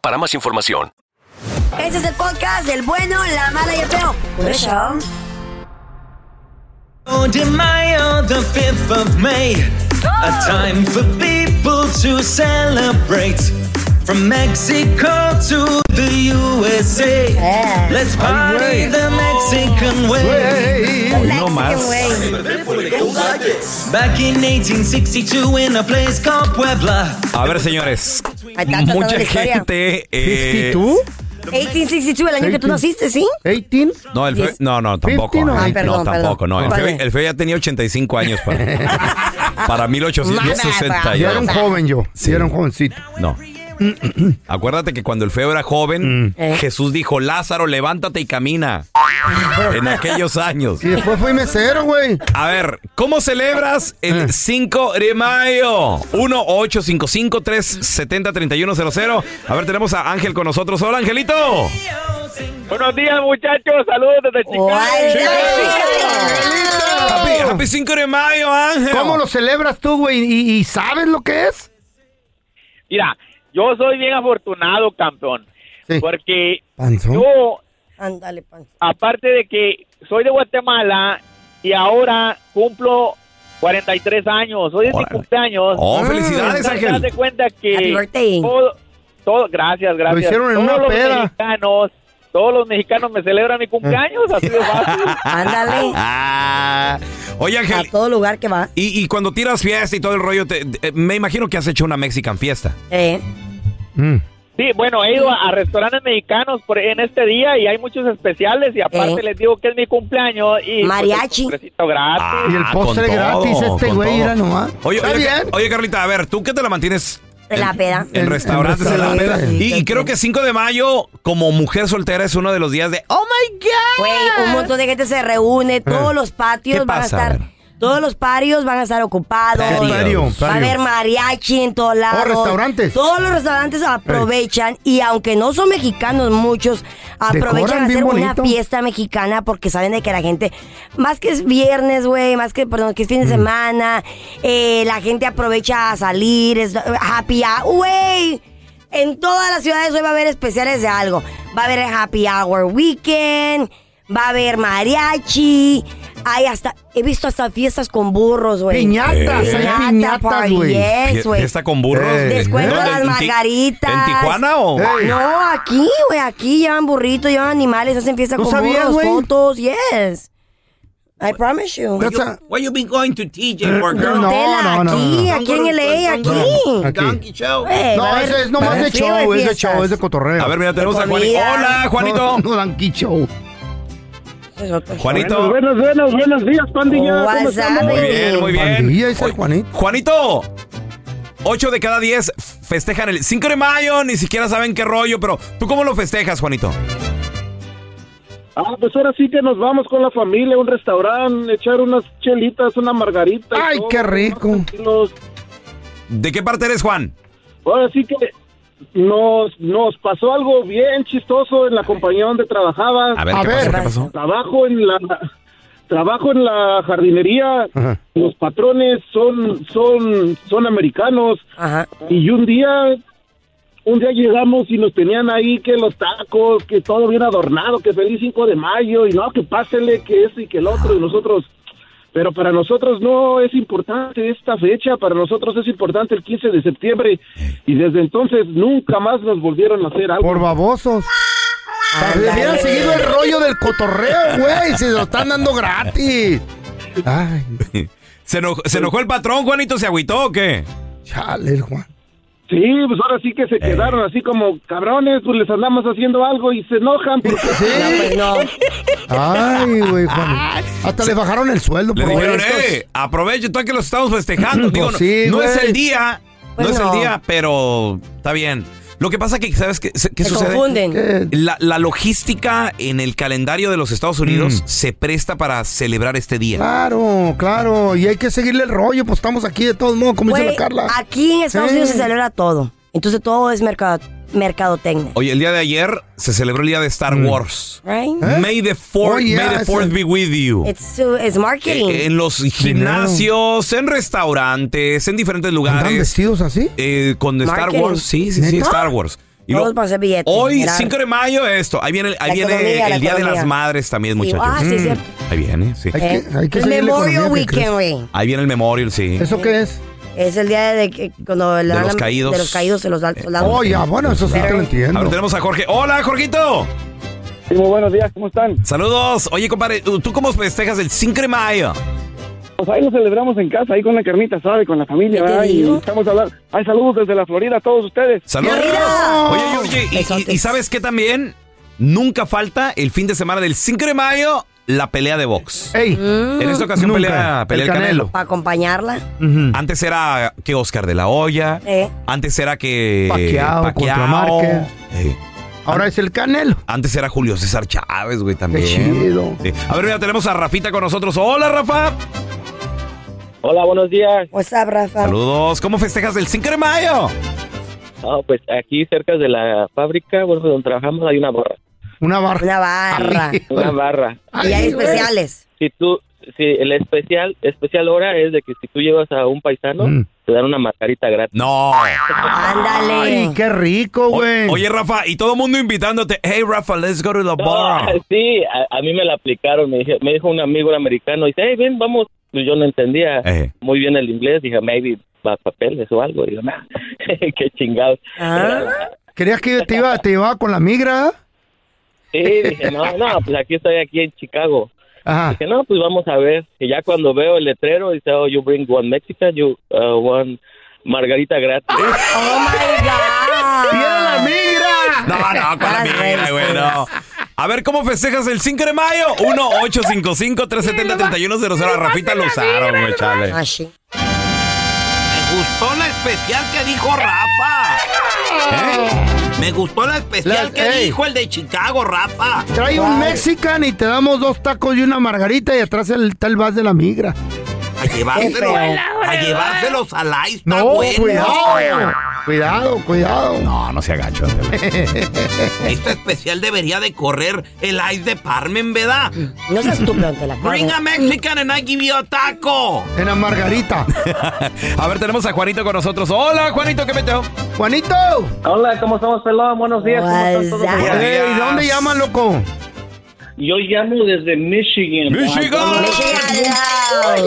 Speaker 14: para más información.
Speaker 4: Ese es el podcast del bueno, la mala y el feo. Por eso.
Speaker 3: Oh, de mayo, the 5th of May. A time for people to celebrate. From Mexico to the USA. Let's party the Mexican way.
Speaker 1: Hoy no más.
Speaker 3: Back in 1862 in a place called Puebla.
Speaker 1: A ver, señores.
Speaker 4: Ahí está, está toda
Speaker 1: Mucha
Speaker 4: la historia.
Speaker 1: gente. eh,
Speaker 4: 1862, el año que tú naciste, ¿sí?
Speaker 2: 18.
Speaker 1: No, el feo,
Speaker 4: Yes.
Speaker 1: no, no, tampoco.
Speaker 4: 15 o
Speaker 1: Ay,
Speaker 4: 18.
Speaker 1: no,
Speaker 4: Ah, Perdón,
Speaker 1: tampoco, no. El
Speaker 4: perdón.
Speaker 1: feo, el feo ya tenía 85 años para, para
Speaker 2: Yo era un
Speaker 1: 1862.
Speaker 2: joven yo, sí. era un jovencito.
Speaker 1: No. Acuérdate que cuando el feo era joven,
Speaker 4: Eh.
Speaker 1: Jesús dijo, Lázaro, levántate y camina. en aquellos años.
Speaker 2: Y después Pues fui mesero, güey.
Speaker 1: A ver, ¿cómo celebras el 5 de mayo? 1-855-370-3100. A ver, tenemos a Ángel con nosotros. Hola, Angelito.
Speaker 12: Buenos días, muchachos. Saludos desde Chicago.
Speaker 1: Happy, 5 de mayo, Ángel.
Speaker 2: ¿Cómo lo celebras tú, güey? ¿Y, y sabes lo que es?
Speaker 12: Mira, yo soy bien afortunado, campeón. Porque
Speaker 2: Panzón.
Speaker 12: yo,
Speaker 4: Ándale, pan.
Speaker 12: aparte de que soy de Guatemala y ahora cumplo 43 años, hoy es mi cumpleaños.
Speaker 1: Oh, felicidades,
Speaker 12: Entonces,
Speaker 1: Ángel.
Speaker 12: haz de cuenta
Speaker 4: Happy
Speaker 12: que
Speaker 4: birthday.
Speaker 12: todo, todo- gracias, gracias.
Speaker 4: hicieron en
Speaker 12: todos
Speaker 4: una
Speaker 12: los
Speaker 4: peda.
Speaker 12: mexicanos, todos los mexicanos me celebran mi cumpleaños, así de fácil.
Speaker 4: Ándale.
Speaker 1: Ah. Oye, Ángel.
Speaker 4: A todo lugar que va.
Speaker 1: Y, y cuando tiras fiesta y todo el rollo, te- te- me imagino que has hecho una Mexican fiesta.
Speaker 4: Eh.
Speaker 15: Mm.
Speaker 12: Sí, bueno, he ido a, a restaurantes mexicanos por, en este día y hay muchos especiales y aparte
Speaker 4: Eh.
Speaker 12: les digo que es mi cumpleaños y pues,
Speaker 4: Mariachi.
Speaker 12: el postrecito gratis.
Speaker 2: Ah, Y el postre
Speaker 1: con todo,
Speaker 2: gratis este
Speaker 1: con
Speaker 2: güey,
Speaker 1: todo.
Speaker 2: era nomás.
Speaker 1: Oye, oye, Car- oye, Carlita, a ver, ¿tú qué te la mantienes
Speaker 4: De la peda.
Speaker 1: en restaurantes, en la peda?
Speaker 4: Sí,
Speaker 1: Y, y creo que 5 de mayo, como mujer soltera, es uno de los días de... ¡Oh, my God!
Speaker 4: Güey, un montón de gente se
Speaker 2: Eh.
Speaker 4: reúne, todos los
Speaker 1: ¿Qué
Speaker 4: patios van a
Speaker 1: pasa?
Speaker 4: estar... Todos los parios van a estar ocupados.
Speaker 1: Patios. Pario,
Speaker 4: Va a
Speaker 1: pario.
Speaker 4: haber mariachi en todos lados.
Speaker 2: Oh, restaurantes.
Speaker 4: Todos los restaurantes aprovechan y aunque no son mexicanos muchos, aprovechan
Speaker 2: Decoran
Speaker 4: hacer
Speaker 2: bien
Speaker 4: una
Speaker 2: bonito.
Speaker 4: fiesta mexicana porque saben de que la gente, más que es viernes, güey, más que, perdón, que es fin
Speaker 2: Mm.
Speaker 4: de semana, eh, la gente aprovecha a salir, es happy hour, güey. En todas las ciudades hoy va a haber especiales de algo. Va a haber happy hour weekend, va a haber mariachi. Hay hasta, he visto hasta fiestas con burros, güey.
Speaker 2: Piñatas, hay
Speaker 4: Piñata
Speaker 2: piñatas,
Speaker 4: party,
Speaker 2: güey.
Speaker 4: yes,
Speaker 1: Fie-
Speaker 4: güey.
Speaker 1: fiesta con burros. Eh.
Speaker 4: Descuento
Speaker 1: ¿Dónde?
Speaker 4: las
Speaker 1: ¿En Ti-
Speaker 4: margaritas.
Speaker 1: en Tijuana o- Ey.
Speaker 4: No, aquí, güey, aquí llevan burritos, llevan animales, hacen fiesta
Speaker 2: ¿No
Speaker 4: con
Speaker 2: sabías,
Speaker 4: burros,
Speaker 2: güey?
Speaker 4: fotos, yes. I promise you.
Speaker 2: That's a-
Speaker 16: Why you been going to TJ for
Speaker 2: No,
Speaker 16: girls?
Speaker 2: no, no, no,
Speaker 4: aquí,
Speaker 2: no.
Speaker 4: aquí en LA, aquí.
Speaker 16: Donkey show.
Speaker 4: Güey, va
Speaker 2: No,
Speaker 4: a
Speaker 2: ese es
Speaker 4: haber- va a
Speaker 2: nomás
Speaker 4: haber
Speaker 2: de
Speaker 4: frío
Speaker 2: show, es de
Speaker 4: fiestas.
Speaker 2: show, es de cotorreo.
Speaker 1: A ver, mira, tenemos a Juanito.
Speaker 4: comida.
Speaker 1: ¡Hola, Juanito!
Speaker 2: No, no dan key show.
Speaker 1: Juanito.
Speaker 11: Buenos, buenos, buenos días, pandilla. ¿Cómo
Speaker 4: What's
Speaker 11: están?
Speaker 4: up,
Speaker 1: Muy bien, muy bien.
Speaker 2: Pandilla, ese Juanito.
Speaker 1: Juanito, 8 de cada 10 festejan el 5 de mayo, ni siquiera saben qué rollo, pero ¿tú cómo lo festejas, Juanito?
Speaker 11: Ah, pues ahora sí que nos vamos con la familia a un restaurante, echar unas chelitas, una margarita. y
Speaker 2: Ay,
Speaker 11: todo,
Speaker 2: qué rico.
Speaker 11: tranquilos.
Speaker 1: ¿De qué parte eres, Juan?
Speaker 11: Ahora sí que nos, nos pasó algo bien chistoso en la compañía donde trabajaba.
Speaker 1: A ver, ¿qué pasó? ¿Qué pasó?
Speaker 11: Trabajo en la trabajo en la jardinería. Los patrones son son son americanos. Y un día un día llegamos y nos tenían ahí que los tacos, que todo bien adornado, que feliz 5 de mayo y no, que pásele, que eso y que el otro y nosotros pero para nosotros no es importante esta fecha, para nosotros es importante el 15 de septiembre y desde entonces nunca más nos volvieron a hacer algo.
Speaker 2: Eh. Por babosos. Hubieran seguido el rollo del cotorreo, güey. Se lo están dando gratis. Ay,
Speaker 1: ¿Se, enojó, se enojó el patrón, Juanito? ¿Se agüitó o qué?
Speaker 2: chale, el Juan.
Speaker 11: Sí, pues ahora sí
Speaker 2: Eh.
Speaker 11: que se quedaron así como cabrones, pues les andamos haciendo algo y se enojan porque
Speaker 2: Ay, güey, Juan. Hasta le bajaron el sueldo,
Speaker 1: Le
Speaker 2: por
Speaker 1: dijeron,
Speaker 2: estos.
Speaker 1: eh, aprovecha tú que los estamos festejando.
Speaker 2: Pues
Speaker 1: Digo, no,
Speaker 2: sí,
Speaker 1: no es
Speaker 2: güey.
Speaker 1: el día,
Speaker 2: Pues
Speaker 1: no es
Speaker 2: no.
Speaker 1: el día, pero está bien. Lo que pasa que, ¿sabes qué, se- qué
Speaker 4: Se
Speaker 1: sucede?
Speaker 4: confunden.
Speaker 1: Eh, La, la logística en el calendario de los Estados Unidos se presta para celebrar este día.
Speaker 2: Mm. Claro, claro. Y hay que seguirle el rollo, pues estamos aquí de todos modos, como dice
Speaker 4: Güey,
Speaker 2: la Carla.
Speaker 4: Aquí en Estados
Speaker 2: Sí.
Speaker 4: Unidos se celebra todo. Entonces todo es mercado, mercadotecnia.
Speaker 1: Oye, el día de ayer se celebró el día de Star
Speaker 2: Mm.
Speaker 1: Wars.
Speaker 4: Right?
Speaker 2: ¿Eh?
Speaker 1: May the fourth,
Speaker 4: Oh, yeah,
Speaker 1: may the
Speaker 4: es
Speaker 1: fourth be with you.
Speaker 4: It's, uh, it's marketing.
Speaker 1: Eh, en los gimnasios, en restaurantes, en diferentes lugares.
Speaker 2: ¿Andan vestidos así?
Speaker 1: Eh, con Star
Speaker 4: Marketing.
Speaker 1: Wars, sí, sí, sí,
Speaker 4: ¿Neta?
Speaker 1: Star Wars. Y
Speaker 4: Todos
Speaker 1: luego,
Speaker 4: para hacer billetes.
Speaker 1: hoy,
Speaker 4: generar.
Speaker 1: 5 de mayo, esto. Ahí viene, ahí
Speaker 4: La
Speaker 1: viene
Speaker 4: economía, la
Speaker 1: el Día de
Speaker 4: economía.
Speaker 1: las Madres también,
Speaker 4: Sí,
Speaker 1: muchachos.
Speaker 4: ah, sí, es
Speaker 1: Mm.
Speaker 4: cierto.
Speaker 1: Ahí viene, sí.
Speaker 4: Eh, el
Speaker 2: seguirle
Speaker 4: Memorial
Speaker 2: economía que
Speaker 4: Weekend, güey.
Speaker 1: Ahí viene el memorial, sí.
Speaker 2: ¿Eso qué es?
Speaker 4: Es el día de que cuando le
Speaker 1: De
Speaker 4: dan
Speaker 1: los
Speaker 4: la-
Speaker 1: caídos.
Speaker 4: De los caídos se los da soldados.
Speaker 2: Oh, ya, bueno, eso sí te lo
Speaker 1: A ver,
Speaker 2: entiendo.
Speaker 1: tenemos a Jorge. Hola, Jorgito.
Speaker 11: Sí, muy buenos días, ¿cómo están?
Speaker 1: Saludos. Oye, compadre, uh, ¿tú cómo festejas el 5 de mayo?
Speaker 11: Pues ahí lo celebramos en casa, ahí con la carnita, ¿sabe? Con la familia,
Speaker 4: ¿Qué te
Speaker 11: ¿verdad? Y
Speaker 4: digo?
Speaker 11: estamos hablando. Hay saludos desde la Florida a todos ustedes.
Speaker 1: Saludos.
Speaker 4: ¡Mira!
Speaker 1: Oye, oye, y- y, y sabes qué también? Nunca falta el fin de semana del 5 de mayo la pelea de box.
Speaker 2: Ey,
Speaker 1: En esta ocasión
Speaker 2: Nunca.
Speaker 1: pelea, pelea el, Canelo.
Speaker 4: Para acompañarla.
Speaker 1: Antes era que Oscar de la Hoya.
Speaker 4: Eh.
Speaker 1: Antes era que
Speaker 2: Pacquiao contra
Speaker 1: Pacquiao.
Speaker 2: Márquez.
Speaker 1: Eh,
Speaker 2: Ahora es el Canelo.
Speaker 1: Antes era Julio César Chávez, güey, también.
Speaker 2: Qué chido.
Speaker 1: Sí. A ver, mira, tenemos a Rafita con nosotros. Hola, Rafa.
Speaker 16: Hola, buenos días.
Speaker 4: What's up, Rafa?
Speaker 1: Saludos. ¿Cómo festejas el 5 de mayo?
Speaker 16: No, pues aquí cerca de la fábrica, bueno, donde trabajamos hay una barra.
Speaker 2: Una barra.
Speaker 4: Una barra.
Speaker 16: Una barra.
Speaker 4: y hay especiales.
Speaker 16: Si tú, si el especial, especial hora es de que si tú llevas a un paisano, te dan una margarita gratis.
Speaker 1: Mm. No.
Speaker 4: Ándale.
Speaker 2: Ay, qué rico, güey.
Speaker 1: Oye, Rafa, y todo mundo invitándote. Hey, Rafa, let's go to the bar.
Speaker 16: Sí, a, a mí me la aplicaron, me, dije- me dijo un amigo americano, dice, hey, ven, vamos. Pues yo no entendía
Speaker 1: Eh.
Speaker 16: muy bien el inglés, dije, maybe más papeles o algo. Digo, nah, qué chingados.
Speaker 4: Ah.
Speaker 2: ¿Querías que te iba, te iba con la migra?
Speaker 16: Sí, dije, no, no, pues aquí estoy aquí en Chicago.
Speaker 2: Ajá.
Speaker 16: Dije, no, pues vamos a ver. Y ya cuando veo el letrero, dice, oh, you bring one Mexican, you uh, one margarita gratis.
Speaker 4: Oh my God.
Speaker 1: No, Ah, no, con la migra, güey, no. A ver, ¿cómo festejas el 5 de mayo? 1-855-370-3100. A Rafita lo usaron, güey, chale.
Speaker 17: Me gustó la especial que dijo Rafa. Me gustó la especial
Speaker 2: La-
Speaker 17: que
Speaker 2: ey.
Speaker 17: dijo el de Chicago, Rafa.
Speaker 2: Trae un Mexican y te damos dos tacos y una margarita y atrás el- está el vas de la migra.
Speaker 17: A llevárselos,
Speaker 2: Qué
Speaker 17: a llevárselos al ice. está
Speaker 2: No,
Speaker 17: bueno.
Speaker 2: cuidado. Cuidado, cuidado.
Speaker 1: No, no se agacho.
Speaker 17: Esta Este especial debería de correr el ice de Parmen, ¿verdad?
Speaker 4: No seas estúpido ante la
Speaker 17: Bring a Mexican and I give you a taco.
Speaker 2: En la margarita.
Speaker 1: A ver, tenemos a Juanito con nosotros. Hola, Juanito, ¿qué meteo?
Speaker 2: Juanito.
Speaker 15: Hola, ¿cómo estamos, pelón? Buenos días. ¿Cómo están todos?
Speaker 1: Buenos días.
Speaker 2: ¿Y dónde llaman, loco?
Speaker 15: Yo llamo desde Michigan.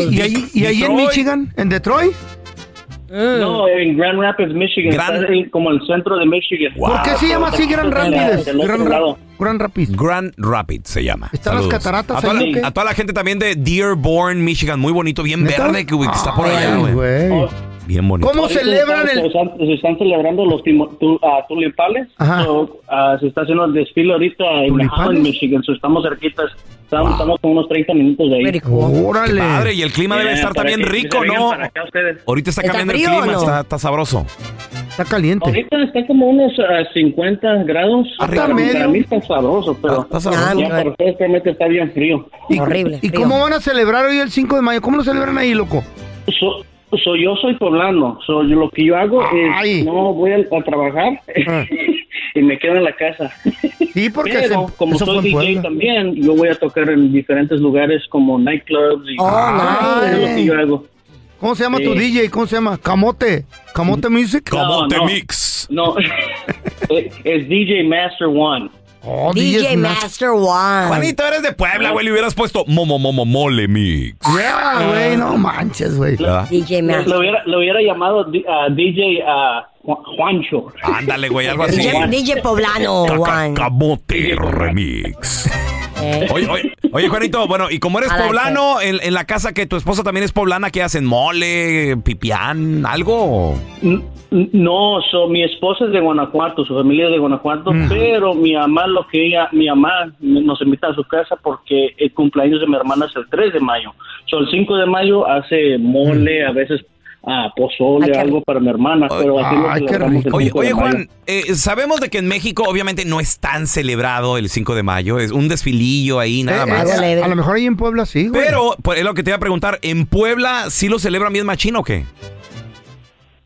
Speaker 2: ¿Y ahí, y ahí en
Speaker 15: Detroit.
Speaker 2: Michigan? ¿En Detroit?
Speaker 15: No, en Grand Rapids, Michigan.
Speaker 2: Gran-
Speaker 15: Está en- como el centro de Michigan.
Speaker 2: ¿Por qué se llama así Grand Rapids? Grand Ra- Grand Rapids.
Speaker 1: Grand Rapids se llama.
Speaker 2: ¿Están las
Speaker 1: Saludos.
Speaker 2: cataratas
Speaker 1: a toda,
Speaker 2: ahí o
Speaker 1: la,
Speaker 2: qué?
Speaker 1: a toda la gente también de Dearborn, Michigan. Muy bonito, bien
Speaker 15: ¿Neta?
Speaker 1: verde que, güey, que está por allá,
Speaker 15: Ay,
Speaker 1: güey. Oh, Bien bonito.
Speaker 15: Ahorita están- Se están, se están celebrando los timo- tu- ah, tulipales. So, ah, se está haciendo el desfile ahorita en Manhattan, Michigan. So, estamos cerquitas. Estamos, estamos como unos 30 minutos de ahí. Eh,
Speaker 1: Qué padre, y el clima debe estar
Speaker 15: para
Speaker 1: también
Speaker 15: que-
Speaker 1: rico,
Speaker 15: que se
Speaker 1: ¿no?
Speaker 15: vengan para acá ustedes.
Speaker 1: Ahorita está,
Speaker 15: ¿Está
Speaker 1: cambiando
Speaker 15: frío
Speaker 1: el
Speaker 15: o
Speaker 1: clima,
Speaker 15: no?
Speaker 1: está, está sabroso.
Speaker 2: Está caliente.
Speaker 15: Ahorita está como unos ah, 50 grados.
Speaker 1: Ah,
Speaker 15: Para mí- Para mí está sabroso, pero ya para ustedes realmente está bien frío.
Speaker 2: Horrible. ¿Y cómo van a celebrar hoy el 5 de mayo? ¿Cómo lo celebran ahí, loco?
Speaker 15: So- so yo soy poblano, so yo- lo que yo hago es no voy a, a trabajar y me quedo en la casa.
Speaker 2: Ah. Sí,
Speaker 15: porque
Speaker 2: se-
Speaker 15: como
Speaker 2: eso fue
Speaker 15: soy
Speaker 2: en
Speaker 15: DJ
Speaker 2: Puebla.
Speaker 15: también, yo voy a tocar en diferentes lugares como nightclubs y
Speaker 2: Oh,
Speaker 15: eso es lo que yo hago.
Speaker 2: ¿Cómo se llama tu
Speaker 15: Sí.
Speaker 2: DJ? ¿Cómo se llama? ¿Camote? ¿Camote Music?
Speaker 15: No, no. No, es, es DJ Master One.
Speaker 2: Oh,
Speaker 4: DJ Master One.
Speaker 1: Juanito, eres de Puebla, güey. Le hubieras puesto momo, momo, mole mix.
Speaker 2: Yeah, güey, no manches, güey.
Speaker 1: ¿Verdad?
Speaker 4: DJ
Speaker 15: Lo, lo hubiera, lo hubiera llamado di- ah, DJ ah, Ju- Juancho.
Speaker 1: Ándale, güey, algo así.
Speaker 15: DJ
Speaker 4: DJ Poblano,
Speaker 1: Caca-
Speaker 4: Juan.
Speaker 1: Eh, Camote remix. Oye, oye, oye, Juanito, bueno, y como eres
Speaker 4: A ver,
Speaker 1: poblano, en, en la casa que tu esposa también es poblana, ¿qué hacen? ¿Mole, pipián, algo?
Speaker 15: N- n- No, so, mi esposa es de Guanajuato, su familia es de Guanajuato,
Speaker 1: Mm.
Speaker 15: pero mi mamá lo que ella, mi mamá me- nos invita a su casa porque el cumpleaños de mi hermana es el 3 de mayo. So, el 5 de mayo hace mole,
Speaker 1: Mm.
Speaker 15: a veces ah, pozole, algo para mi hermana, pero así lo celebramos el
Speaker 1: Oye,
Speaker 15: 5 de
Speaker 1: oye,
Speaker 15: mayo.
Speaker 1: Juan, eh, sabemos de que en México obviamente no es tan celebrado el 5 de mayo, es un desfilillo ahí nada
Speaker 2: Eh,
Speaker 1: más.
Speaker 2: eh, a lo mejor ahí en Puebla sí, güey.
Speaker 1: Pero, pues, es lo que te iba a preguntar, ¿en Puebla sí lo celebran bien machín o qué?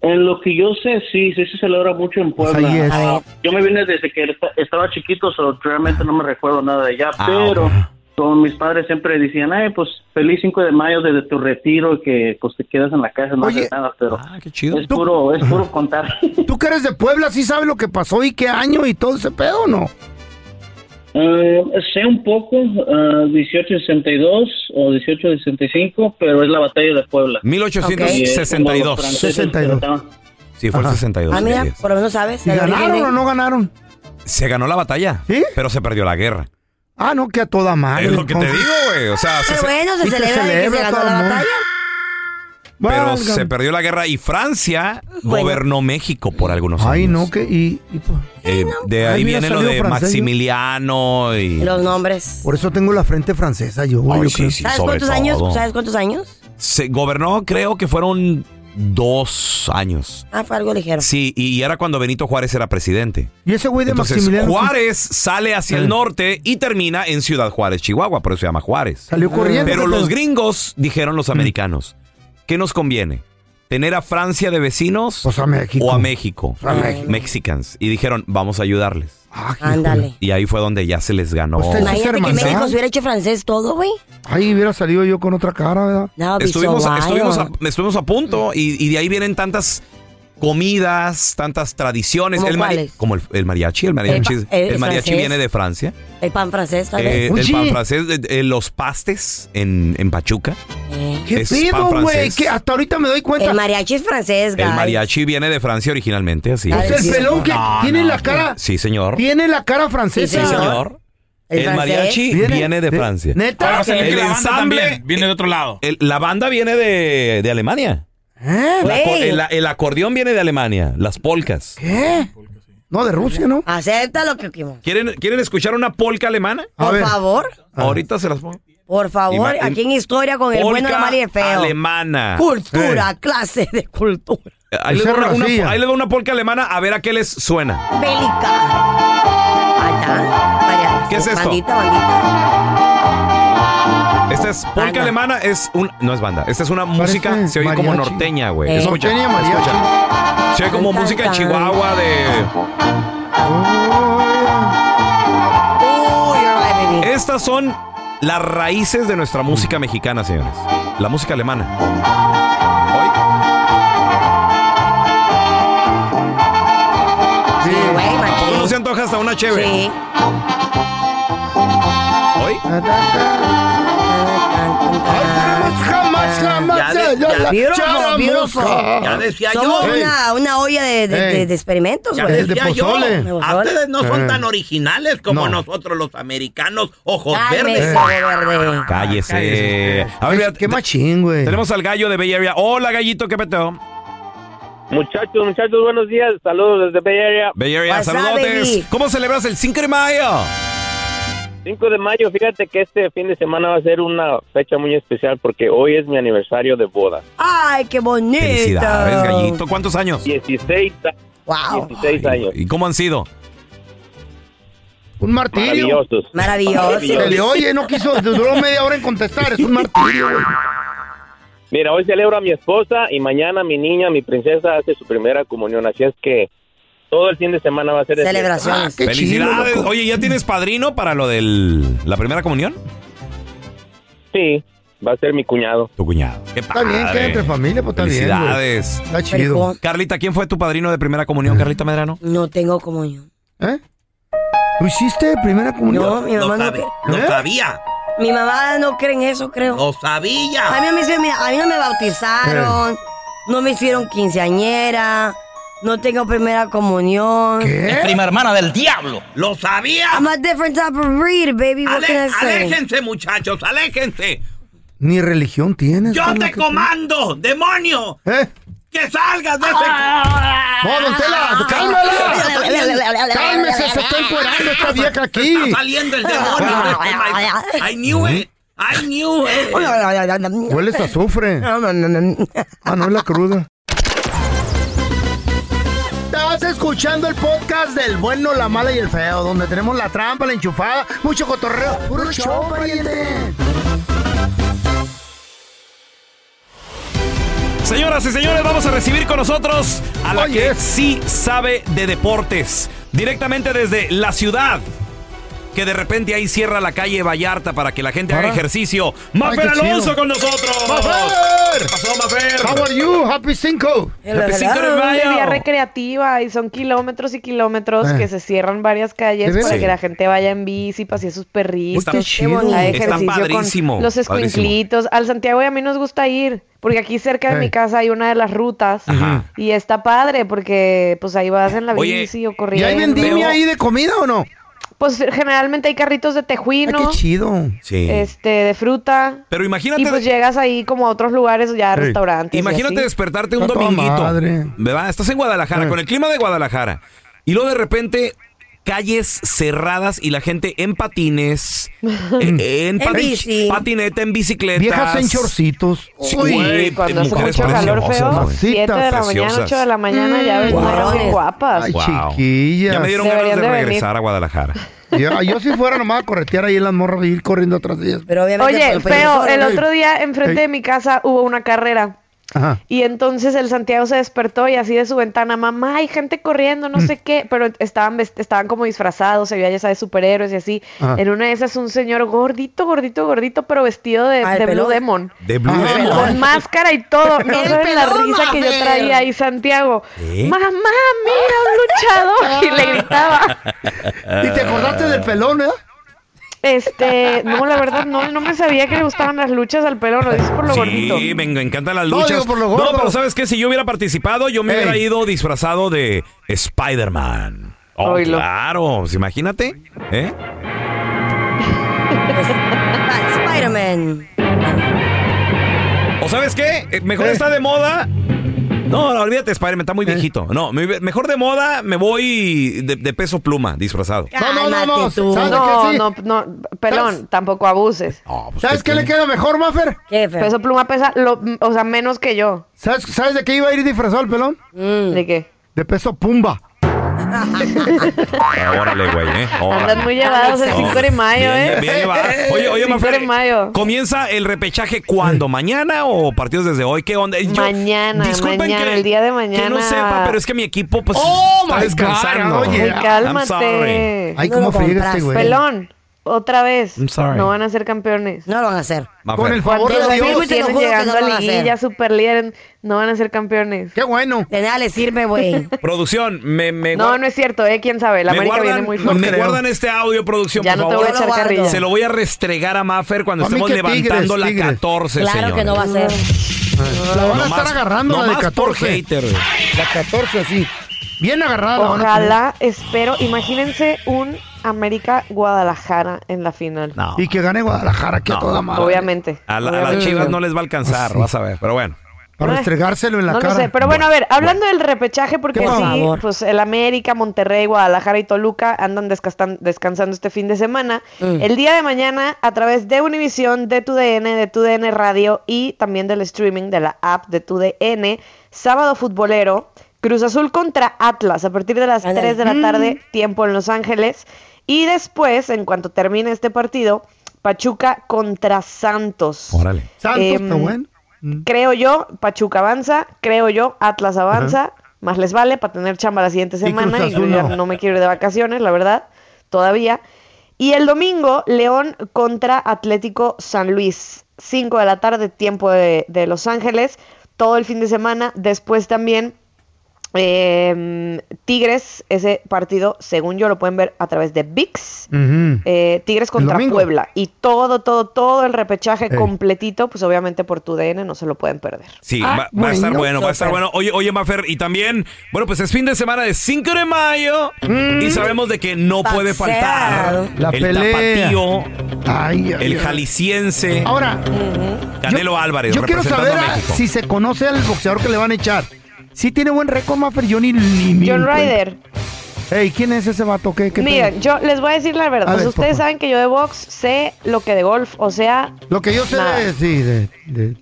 Speaker 15: En lo que yo sé, sí, sí se celebra mucho en Puebla.
Speaker 1: Pues ahí es.
Speaker 15: Ah, Yo me vine desde que esta- estaba chiquito, so, realmente no me recuerdo nada de allá,
Speaker 1: Ah,
Speaker 15: pero con mis padres siempre decían, ay, pues feliz 5 de mayo desde tu retiro, que pues te quedas en la casa, no haces nada, pero
Speaker 1: Ah,
Speaker 15: es puro, es puro contar.
Speaker 2: ¿Tú que eres de Puebla sí sabes lo que pasó y qué año y todo ese pedo o no?
Speaker 15: Eh, sé un poco, eh, 1862 o 1865, pero es la batalla de Puebla.
Speaker 1: 1862. 62. Sí, fue el 62.
Speaker 4: Ah, mira,
Speaker 1: así es.
Speaker 4: por lo menos sabes. el origen de-
Speaker 2: no ganaron?
Speaker 1: Se ganó la batalla, pero se perdió la guerra.
Speaker 2: Ah, no, que a toda madre.
Speaker 1: Es lo que te digo, güey. O sea, se-
Speaker 4: Pero bueno,
Speaker 2: Y
Speaker 4: se
Speaker 2: que
Speaker 4: celebra, de que se
Speaker 2: celebra
Speaker 4: ganó
Speaker 2: todo
Speaker 4: la
Speaker 2: el mundo.
Speaker 4: batalla.
Speaker 1: pero
Speaker 2: válgame.
Speaker 1: se perdió la guerra y Francia
Speaker 2: Bueno.
Speaker 1: gobernó México por algunos años.
Speaker 2: Ay, no, que... Y, y pues,
Speaker 1: Eh, de
Speaker 2: Ay,
Speaker 1: ahí
Speaker 2: mira,
Speaker 1: viene lo
Speaker 2: salió
Speaker 1: de
Speaker 2: francés, ¿no?
Speaker 1: Maximiliano y...
Speaker 4: Los nombres.
Speaker 2: por eso tengo la frente francesa yo, güey.
Speaker 1: Ay,
Speaker 2: yo
Speaker 1: sí,
Speaker 2: creo.
Speaker 1: sí,
Speaker 4: ¿Sabes
Speaker 1: sobre
Speaker 4: cuántos
Speaker 1: todo.
Speaker 4: años? ¿Sabes cuántos años?
Speaker 1: Se gobernó, creo que fueron dos años.
Speaker 4: Ah, fue algo ligero.
Speaker 1: Sí, y era cuando Benito Juárez era presidente.
Speaker 2: Y ese güey de
Speaker 1: Entonces,
Speaker 2: Maximiliano... pues, Eh.
Speaker 1: Juárez sale hacia el norte y termina en Ciudad Juárez, Chihuahua, por eso se llama Juárez.
Speaker 2: Salió corriendo, Mm.
Speaker 1: Pero
Speaker 2: ¿qué
Speaker 1: los
Speaker 2: pedo?
Speaker 1: gringos dijeron los americanos, ¿qué nos conviene? ¿Tener a Francia de vecinos o a México?
Speaker 2: Pues
Speaker 1: Mm.
Speaker 2: A México.
Speaker 1: Mexicans. Y dijeron, vamos a ayudarles.
Speaker 4: Ándale.
Speaker 1: Y ahí fue donde ya se les ganó.
Speaker 2: Pues
Speaker 4: Imagínate que México se hubiera hecho francés todo, güey.
Speaker 2: Ay, hubiera salido yo con otra cara, ¿verdad?
Speaker 4: No, pues,
Speaker 1: Estuvimos,
Speaker 4: bicho,
Speaker 1: estuvimos, a,
Speaker 4: guayo.
Speaker 1: estuvimos a punto y, y de ahí vienen tantas comidas, tantas tradiciones.
Speaker 4: ¿Cómo
Speaker 1: El mari-
Speaker 4: cuáles?
Speaker 1: como el, el mariachi, el mariachi,
Speaker 4: El
Speaker 1: el,
Speaker 4: pa- el
Speaker 1: mariachi
Speaker 4: francés.
Speaker 1: viene de Francia.
Speaker 4: El pan francés, tal
Speaker 1: Eh,
Speaker 4: vez.
Speaker 1: el pan francés, eh, eh, los pastes en, en Pachuca.
Speaker 2: ¿Qué
Speaker 1: es pan
Speaker 2: pedo, güey?
Speaker 1: francés.
Speaker 2: Que hasta ahorita me doy cuenta.
Speaker 4: El mariachi es francés,
Speaker 1: El
Speaker 4: guys.
Speaker 1: mariachi viene de Francia originalmente, así.
Speaker 2: O sea, el
Speaker 1: es.
Speaker 2: pelón que
Speaker 1: No,
Speaker 2: tiene
Speaker 1: no,
Speaker 2: la cara...
Speaker 1: Sí, señor.
Speaker 2: Tiene la cara francesa.
Speaker 1: Sí, señor. El, mariachi viene, de Francia.
Speaker 2: ¿Neta? Ahora, o sea, que
Speaker 1: el
Speaker 2: la banda
Speaker 1: ensamble
Speaker 2: también
Speaker 1: viene de otro lado. la banda viene de, de
Speaker 4: Ah,
Speaker 1: Alemania. La acor-
Speaker 2: güey.
Speaker 1: el, el acordeón viene de Alemania, las polcas.
Speaker 2: ¿Qué? No, de Rusia, ¿no?
Speaker 4: Acepta lo que quieras.
Speaker 1: ¿Quieren, ¿Quieren escuchar una polca alemana?
Speaker 4: Por favor,
Speaker 1: Ahorita se las pongo.
Speaker 4: por favor,
Speaker 1: Ima-
Speaker 4: aquí en historia con el
Speaker 1: Polka
Speaker 4: bueno, la mala y el feo.
Speaker 1: alemana.
Speaker 2: Eh.
Speaker 4: Cultura, clase de cultura.
Speaker 1: Eh, Ahí le,
Speaker 4: Esa
Speaker 1: doy una, una-
Speaker 4: racilla.
Speaker 1: ahí le doy una polca alemana a ver a qué les suena.
Speaker 4: Bélica.
Speaker 1: ¿Qué es esto?
Speaker 4: Bandita, bandita.
Speaker 1: Esta es polca alemana, es un no es banda, esta es una música se oye como
Speaker 2: mariachi.
Speaker 1: norteña, güey.
Speaker 2: Eh.
Speaker 1: Escucha,
Speaker 2: Norteña, mariachi.
Speaker 1: escucha. Se oye como
Speaker 2: Tan,
Speaker 1: música de
Speaker 2: tan, tan.
Speaker 1: Chihuahua de Estas son las raíces de nuestra música mexicana, señores. La música alemana.
Speaker 4: Sí, güey, machín.
Speaker 1: ¿No se antoja hasta una chévere?
Speaker 4: Sí.
Speaker 1: Hoy.
Speaker 2: Jamás, jamás
Speaker 4: Ya de-
Speaker 2: se halló
Speaker 4: ya-
Speaker 2: la
Speaker 4: beautiful,
Speaker 2: charamusca.
Speaker 4: beautiful.
Speaker 17: Ya decía
Speaker 4: Somos
Speaker 17: yo.
Speaker 4: una, una olla de, de-
Speaker 17: Ey.
Speaker 4: de- de experimentos,
Speaker 17: Ya
Speaker 4: güey.
Speaker 17: decía yo, a ustedes no son
Speaker 4: Eh.
Speaker 17: tan originales como
Speaker 4: No.
Speaker 17: nosotros los americanos, ojos
Speaker 4: Cálmese,
Speaker 17: verdes.
Speaker 2: Eh.
Speaker 4: verde.
Speaker 1: Cállese. A ver, mira,
Speaker 2: Qué machín, güey.
Speaker 1: tenemos al gallo de Bay Area. Hola, gallito, ¿qué peteo?
Speaker 18: Muchachos, muchachos, buenos días. Saludos desde Bay Area.
Speaker 1: Bay Area, saludotes. ¿Cómo celebras el 5 de mayo?
Speaker 18: 5 de mayo, fíjate que este fin de semana va a ser una fecha muy especial porque hoy es mi aniversario de boda.
Speaker 4: Ay, qué bonito.
Speaker 1: Felicidades, gallito. ¿Cuántos años?
Speaker 18: 16,
Speaker 4: Wow.
Speaker 18: 16 años.
Speaker 1: ¿Y cómo han sido?
Speaker 2: Un martirio.
Speaker 18: Maravillosos.
Speaker 4: Maravilloso.
Speaker 2: Se le oye, no quiso, duró media hora en contestar. Es un martirio, güey.
Speaker 18: Mira, hoy celebro a mi esposa y mañana mi niña, mi princesa, hace su primera comunión. Así es que todo el fin de semana va a ser de
Speaker 2: Ah,
Speaker 1: Ah,
Speaker 4: Celebraciones.
Speaker 18: fiesta.
Speaker 1: Felicidades. Oye, ¿ya tienes padrino para lo de la primera comunión?
Speaker 18: Sí, va a ser mi cuñado.
Speaker 1: Tu cuñado. Qué
Speaker 2: Está bien,
Speaker 1: padre.
Speaker 2: que entre familia, pues está bien. güey.
Speaker 1: Felicidades.
Speaker 2: Está chido.
Speaker 1: Carlita, ¿quién fue tu padrino de primera comunión, Carlita Medrano?
Speaker 4: No tengo comunión.
Speaker 2: ¿Eh? ¿Tú hiciste primera comunión?
Speaker 4: No, mi mamá no,
Speaker 17: sabe,
Speaker 4: cree.
Speaker 2: ¿Eh?
Speaker 17: no sabía.
Speaker 4: Mi mamá no cree en eso, creo.
Speaker 17: No sabía.
Speaker 4: A mí, me hicieron- mira, a mí no me bautizaron, no me hicieron quinceañera, no tengo primera comunión.
Speaker 17: Es prima hermana del diablo. Lo sabía.
Speaker 4: I'm a different type of breed, baby. What
Speaker 17: Ale-
Speaker 4: can I say?
Speaker 17: aléjense, muchachos, aléjense.
Speaker 2: Ni religión tienes.
Speaker 17: Yo
Speaker 2: Carla,
Speaker 17: te
Speaker 2: ¿qué
Speaker 17: comando, demonio.
Speaker 2: ¿Eh?
Speaker 17: Que salgas de ese.
Speaker 2: No, don Tela, cálmela. Cálmese, se está empoderando esta vieja aquí.
Speaker 17: Está saliendo
Speaker 1: Ah,
Speaker 17: el demonio. de este país. I knew it. I knew it.
Speaker 2: Hueles a azufre. Ah, no, es la cruda. Estás escuchando el podcast del bueno, la mala y el feo, donde tenemos la trampa, la enchufada, mucho cotorreo. ¡Puro show, pariente!
Speaker 1: Señoras y señores, vamos a recibir con nosotros a la que sí sabe de deportes. Directamente desde la ciudad. Que de repente ahí cierra la calle Vallarta para que la gente haga
Speaker 2: Ahora.
Speaker 1: ejercicio.
Speaker 2: Ay,
Speaker 1: ¡Mafer
Speaker 2: qué chido.
Speaker 1: Alonso con nosotros!
Speaker 2: ¡Mafer!
Speaker 1: ¿Qué pasó, Mafer?
Speaker 2: How are you? Happy Cinco.
Speaker 1: Happy Cinco de
Speaker 19: Una vía
Speaker 1: Mayo.
Speaker 19: recreativa y son kilómetros y kilómetros
Speaker 2: Eh.
Speaker 19: que se cierran varias calles
Speaker 2: ¿De
Speaker 19: para
Speaker 2: veras?
Speaker 19: que la gente vaya en bici, pasee sus perritos,
Speaker 1: Está Qué chido.
Speaker 19: haga
Speaker 1: Está
Speaker 19: ejercicio
Speaker 1: padrísimo,
Speaker 19: con los
Speaker 1: padrísimo.
Speaker 19: escuinclitos. Al Santiago y a mí nos gusta ir, porque aquí cerca de
Speaker 1: Eh.
Speaker 19: mi casa hay una de las rutas
Speaker 1: Ajá.
Speaker 19: y está padre porque pues ahí vas en la
Speaker 1: Oye,
Speaker 19: bici o
Speaker 2: ¿Y
Speaker 19: corriendo.
Speaker 2: hay vendimia ahí de comida o no?
Speaker 19: Pues generalmente hay carritos de tejuino.
Speaker 2: Qué chido.
Speaker 1: Sí.
Speaker 2: Eh,
Speaker 19: Este, de fruta.
Speaker 1: Pero imagínate-
Speaker 19: Y pues llegas ahí como a otros lugares, ya a
Speaker 1: Ey.
Speaker 19: restaurantes. y
Speaker 1: Imagínate
Speaker 19: así.
Speaker 1: despertarte un
Speaker 2: Está toda
Speaker 1: dominguito.
Speaker 2: madre.
Speaker 1: ¿verdad? Estás en Guadalajara, con el clima de Guadalajara. Y luego de repente, calles cerradas y la gente en patines, Eh, en, en
Speaker 19: En
Speaker 1: pat-
Speaker 19: bici.
Speaker 1: patineta, en bicicleta.
Speaker 2: Mm. Viejas en chorcitos.
Speaker 1: Sí, güey,
Speaker 19: cuando hace
Speaker 1: mujeres
Speaker 19: mucho calor feo,
Speaker 1: preciosas,
Speaker 19: 7 de la
Speaker 1: güey.
Speaker 19: mañana,
Speaker 1: Preciosas.
Speaker 19: 8 de la mañana, ya ves,
Speaker 1: Wow.
Speaker 19: mujeres bien guapas.
Speaker 2: Ay,
Speaker 1: Wow.
Speaker 2: chiquillas.
Speaker 1: Ya me dieron
Speaker 19: Deberían
Speaker 1: ganas de
Speaker 19: de venir.
Speaker 1: regresar a Guadalajara.
Speaker 2: Yo, yo si fuera nomás a corretear ahí en las morras y ir corriendo atrás de ellas.
Speaker 4: Pero
Speaker 19: Oye,
Speaker 1: pues,
Speaker 19: pero el otro día enfrente de mi casa hubo una carrera.
Speaker 2: Ajá.
Speaker 19: Y entonces el Santiago se despertó y así de su ventana, mamá, hay gente corriendo,
Speaker 1: Mm.
Speaker 19: no sé qué, pero estaban vest- estaban como disfrazados, se veía ya sabes superhéroes y así.
Speaker 1: Ajá.
Speaker 19: En una de esas un señor gordito, gordito, gordito, pero vestido de,
Speaker 4: Ah, el
Speaker 19: de Blue
Speaker 4: pelón.
Speaker 19: Demon.
Speaker 1: De Blue
Speaker 2: Ah,
Speaker 1: Demon.
Speaker 19: Con máscara y todo. No
Speaker 4: El
Speaker 19: saben la
Speaker 4: pelón,
Speaker 19: risa que yo
Speaker 4: Mafer.
Speaker 19: traía ahí, Santiago.
Speaker 1: ¿Eh?
Speaker 19: Mamá, mira un luchador. Y le gritaba.
Speaker 2: ¿Y te acordaste del pelón, eh?
Speaker 19: Este, no, la verdad, no, no me sabía que le gustaban las luchas al pelón, lo dices por lo gordito.
Speaker 1: Sí, me en- encantan las
Speaker 19: No,
Speaker 1: luchas.
Speaker 19: digo por lo gordo.
Speaker 1: No, pero ¿sabes qué? Si yo hubiera participado, yo me hubiera ido disfrazado de Spider-Man. Oh,
Speaker 19: Oilo.
Speaker 1: claro. pues, Imagínate. ¿eh?
Speaker 4: Spider-Man.
Speaker 1: ¿O sabes qué? Eh, Mejor está de moda No, no, olvídate, Spider-Man, está muy
Speaker 2: Eh.
Speaker 1: viejito. No, me- mejor de moda me voy de, de peso pluma, disfrazado.
Speaker 2: No, no, no, no.
Speaker 19: Cálmate tú.
Speaker 2: ¿Sabes
Speaker 19: No,
Speaker 2: qué? Sí.
Speaker 19: no, no, pelón, tampoco abuses.
Speaker 1: pues,
Speaker 2: ¿Sabes qué le queda mejor, Maffer?
Speaker 8: ¿Qué,
Speaker 19: Peso pluma pesa, lo- o sea, menos que yo.
Speaker 2: ¿Sabes, sabes de qué iba a ir disfrazado el pelón?
Speaker 1: Mm.
Speaker 19: ¿De qué?
Speaker 2: De peso pumba.
Speaker 1: Ah, Órale, güey, ¿eh? Órale.
Speaker 19: Andan muy llevados el
Speaker 1: No,
Speaker 19: 5 de mayo,
Speaker 1: bien,
Speaker 19: ¿eh?
Speaker 1: bien llevado. Oye, oye,
Speaker 19: Cinco
Speaker 1: Mafer,
Speaker 19: de mayo.
Speaker 1: ¿Comienza el repechaje
Speaker 2: Eh.
Speaker 1: cuándo? ¿Mañana o partidos desde hoy? ¿Qué onda? Yo-
Speaker 19: Mañana,
Speaker 1: disculpen
Speaker 19: mañana,
Speaker 1: que,
Speaker 19: el día de
Speaker 1: que
Speaker 19: mañana.
Speaker 1: no sepa, pero es que mi equipo pues
Speaker 19: Ah. Oh,
Speaker 1: está
Speaker 19: my God,
Speaker 1: descansando.
Speaker 19: oye.
Speaker 1: I'm
Speaker 19: Cálmate.
Speaker 1: sorry.
Speaker 2: Ay, cómo friega este güey.
Speaker 19: Pelón, otra vez.
Speaker 2: I'm sorry.
Speaker 19: No van a ser campeones.
Speaker 8: No lo van a hacer.
Speaker 2: Con el favor
Speaker 19: Cuando
Speaker 2: de
Speaker 19: los
Speaker 2: Dios.
Speaker 19: Bills tienen llegando a liguilla, Superlíder, no van a ser campeones.
Speaker 2: Qué bueno.
Speaker 8: De nada les sirve, güey.
Speaker 1: Producción, me, me
Speaker 19: No, no es cierto, ¿eh? ¿Quién sabe? La
Speaker 1: me
Speaker 19: América
Speaker 1: guardan,
Speaker 19: viene muy fuerte.
Speaker 1: me guardan este audio, producción,
Speaker 19: Ya
Speaker 1: por
Speaker 19: no te
Speaker 1: favor.
Speaker 19: voy a echar Yo lo guardo. carrilla.
Speaker 1: Se lo voy a restregar a Maffer cuando
Speaker 2: A mí
Speaker 1: estemos
Speaker 2: que
Speaker 1: levantando
Speaker 2: Tigres,
Speaker 1: la
Speaker 2: Tigres.
Speaker 1: 14,
Speaker 8: Claro que
Speaker 1: señores.
Speaker 8: no va a ser.
Speaker 2: La van a
Speaker 1: Nomás-
Speaker 2: estar agarrando la de
Speaker 1: nomás por
Speaker 2: 14.
Speaker 1: hater, güey.
Speaker 2: La 14 así. Bien agarrada. la van a
Speaker 19: Ojalá, espero. Imagínense un América-Guadalajara en la final.
Speaker 1: No.
Speaker 2: tener. Y que gane Guadalajara, que a
Speaker 1: No.
Speaker 2: toda madre. Pues
Speaker 19: Obviamente. Eh,
Speaker 1: A, la- a las chivas no les va a alcanzar, vas a ver. Pero bueno.
Speaker 2: Para restregárselo en la
Speaker 19: no
Speaker 2: cara.
Speaker 19: lo sé, pero bueno, a ver, hablando del repechaje, porque
Speaker 2: Por
Speaker 19: sí,
Speaker 2: favor.
Speaker 19: pues el América, Monterrey, Guadalajara y Toluca andan descastan- descansando este fin de semana.
Speaker 8: Mm.
Speaker 19: El día de mañana, a través de Univisión, de TUDN, de TUDN Radio y también del streaming de la app de TUDN, Sábado Futbolero, Cruz Azul contra Atlas, a partir de las
Speaker 8: Ándale.
Speaker 19: 3 de la
Speaker 8: Mm.
Speaker 19: tarde, tiempo en Los Ángeles. Y después, en cuanto termine este partido, Pachuca contra Santos.
Speaker 1: Órale.
Speaker 2: Santos,
Speaker 19: Em,
Speaker 2: pero bueno.
Speaker 1: eh,
Speaker 2: Mm.
Speaker 19: Creo yo, Pachuca avanza, creo yo, Atlas avanza, más les vale para tener chamba la siguiente semana
Speaker 2: Cruz
Speaker 19: y yo
Speaker 2: Azul
Speaker 19: ya
Speaker 2: no.
Speaker 19: no me quiero ir de vacaciones, la verdad, todavía. Y el domingo, León contra Atlético San Luis, 5 de la tarde, tiempo de, de Los Ángeles, todo el fin de semana, después también eh, Tigres, ese partido, según yo, lo pueden ver a través de VIX.
Speaker 2: Ujú.
Speaker 19: Eh, Tigres contra
Speaker 2: domingo.
Speaker 19: Puebla y todo, todo, todo el repechaje
Speaker 2: Ey.
Speaker 19: completito, pues obviamente por tu DN no se lo pueden perder.
Speaker 1: Sí,
Speaker 19: Ah,
Speaker 1: va, va a estar
Speaker 19: bueno,
Speaker 1: bueno, va a estar
Speaker 19: súper.
Speaker 1: bueno. Oye, oye, Mafer, y también, bueno, pues es fin de semana de 5 de mayo y sabemos de que no puede faltar
Speaker 2: Mm. La
Speaker 1: el
Speaker 2: pelea.
Speaker 1: tapatío,
Speaker 2: Ay, ay,
Speaker 1: el
Speaker 2: ay.
Speaker 1: jalisciense,
Speaker 2: Ahora,
Speaker 1: Canelo Álvarez,
Speaker 2: yo quiero
Speaker 1: representando
Speaker 2: saber
Speaker 1: a
Speaker 2: a-
Speaker 1: México.
Speaker 2: si se conoce al boxeador que le van a echar. Si tiene buen récord, Maffer, yo ni, ni me
Speaker 19: John
Speaker 2: encuentro.
Speaker 19: Ryder,
Speaker 2: Ey, ¿quién es ese vato? ¿Qué, qué
Speaker 19: miren,
Speaker 2: pedo?
Speaker 19: yo les voy a decir la verdad.
Speaker 2: A
Speaker 19: O
Speaker 2: ver,
Speaker 19: sea, ustedes
Speaker 2: por favor.
Speaker 19: saben que yo de box sé lo que de golf, o sea,
Speaker 2: Lo que yo sé
Speaker 19: nada.
Speaker 2: de, sí, de, de-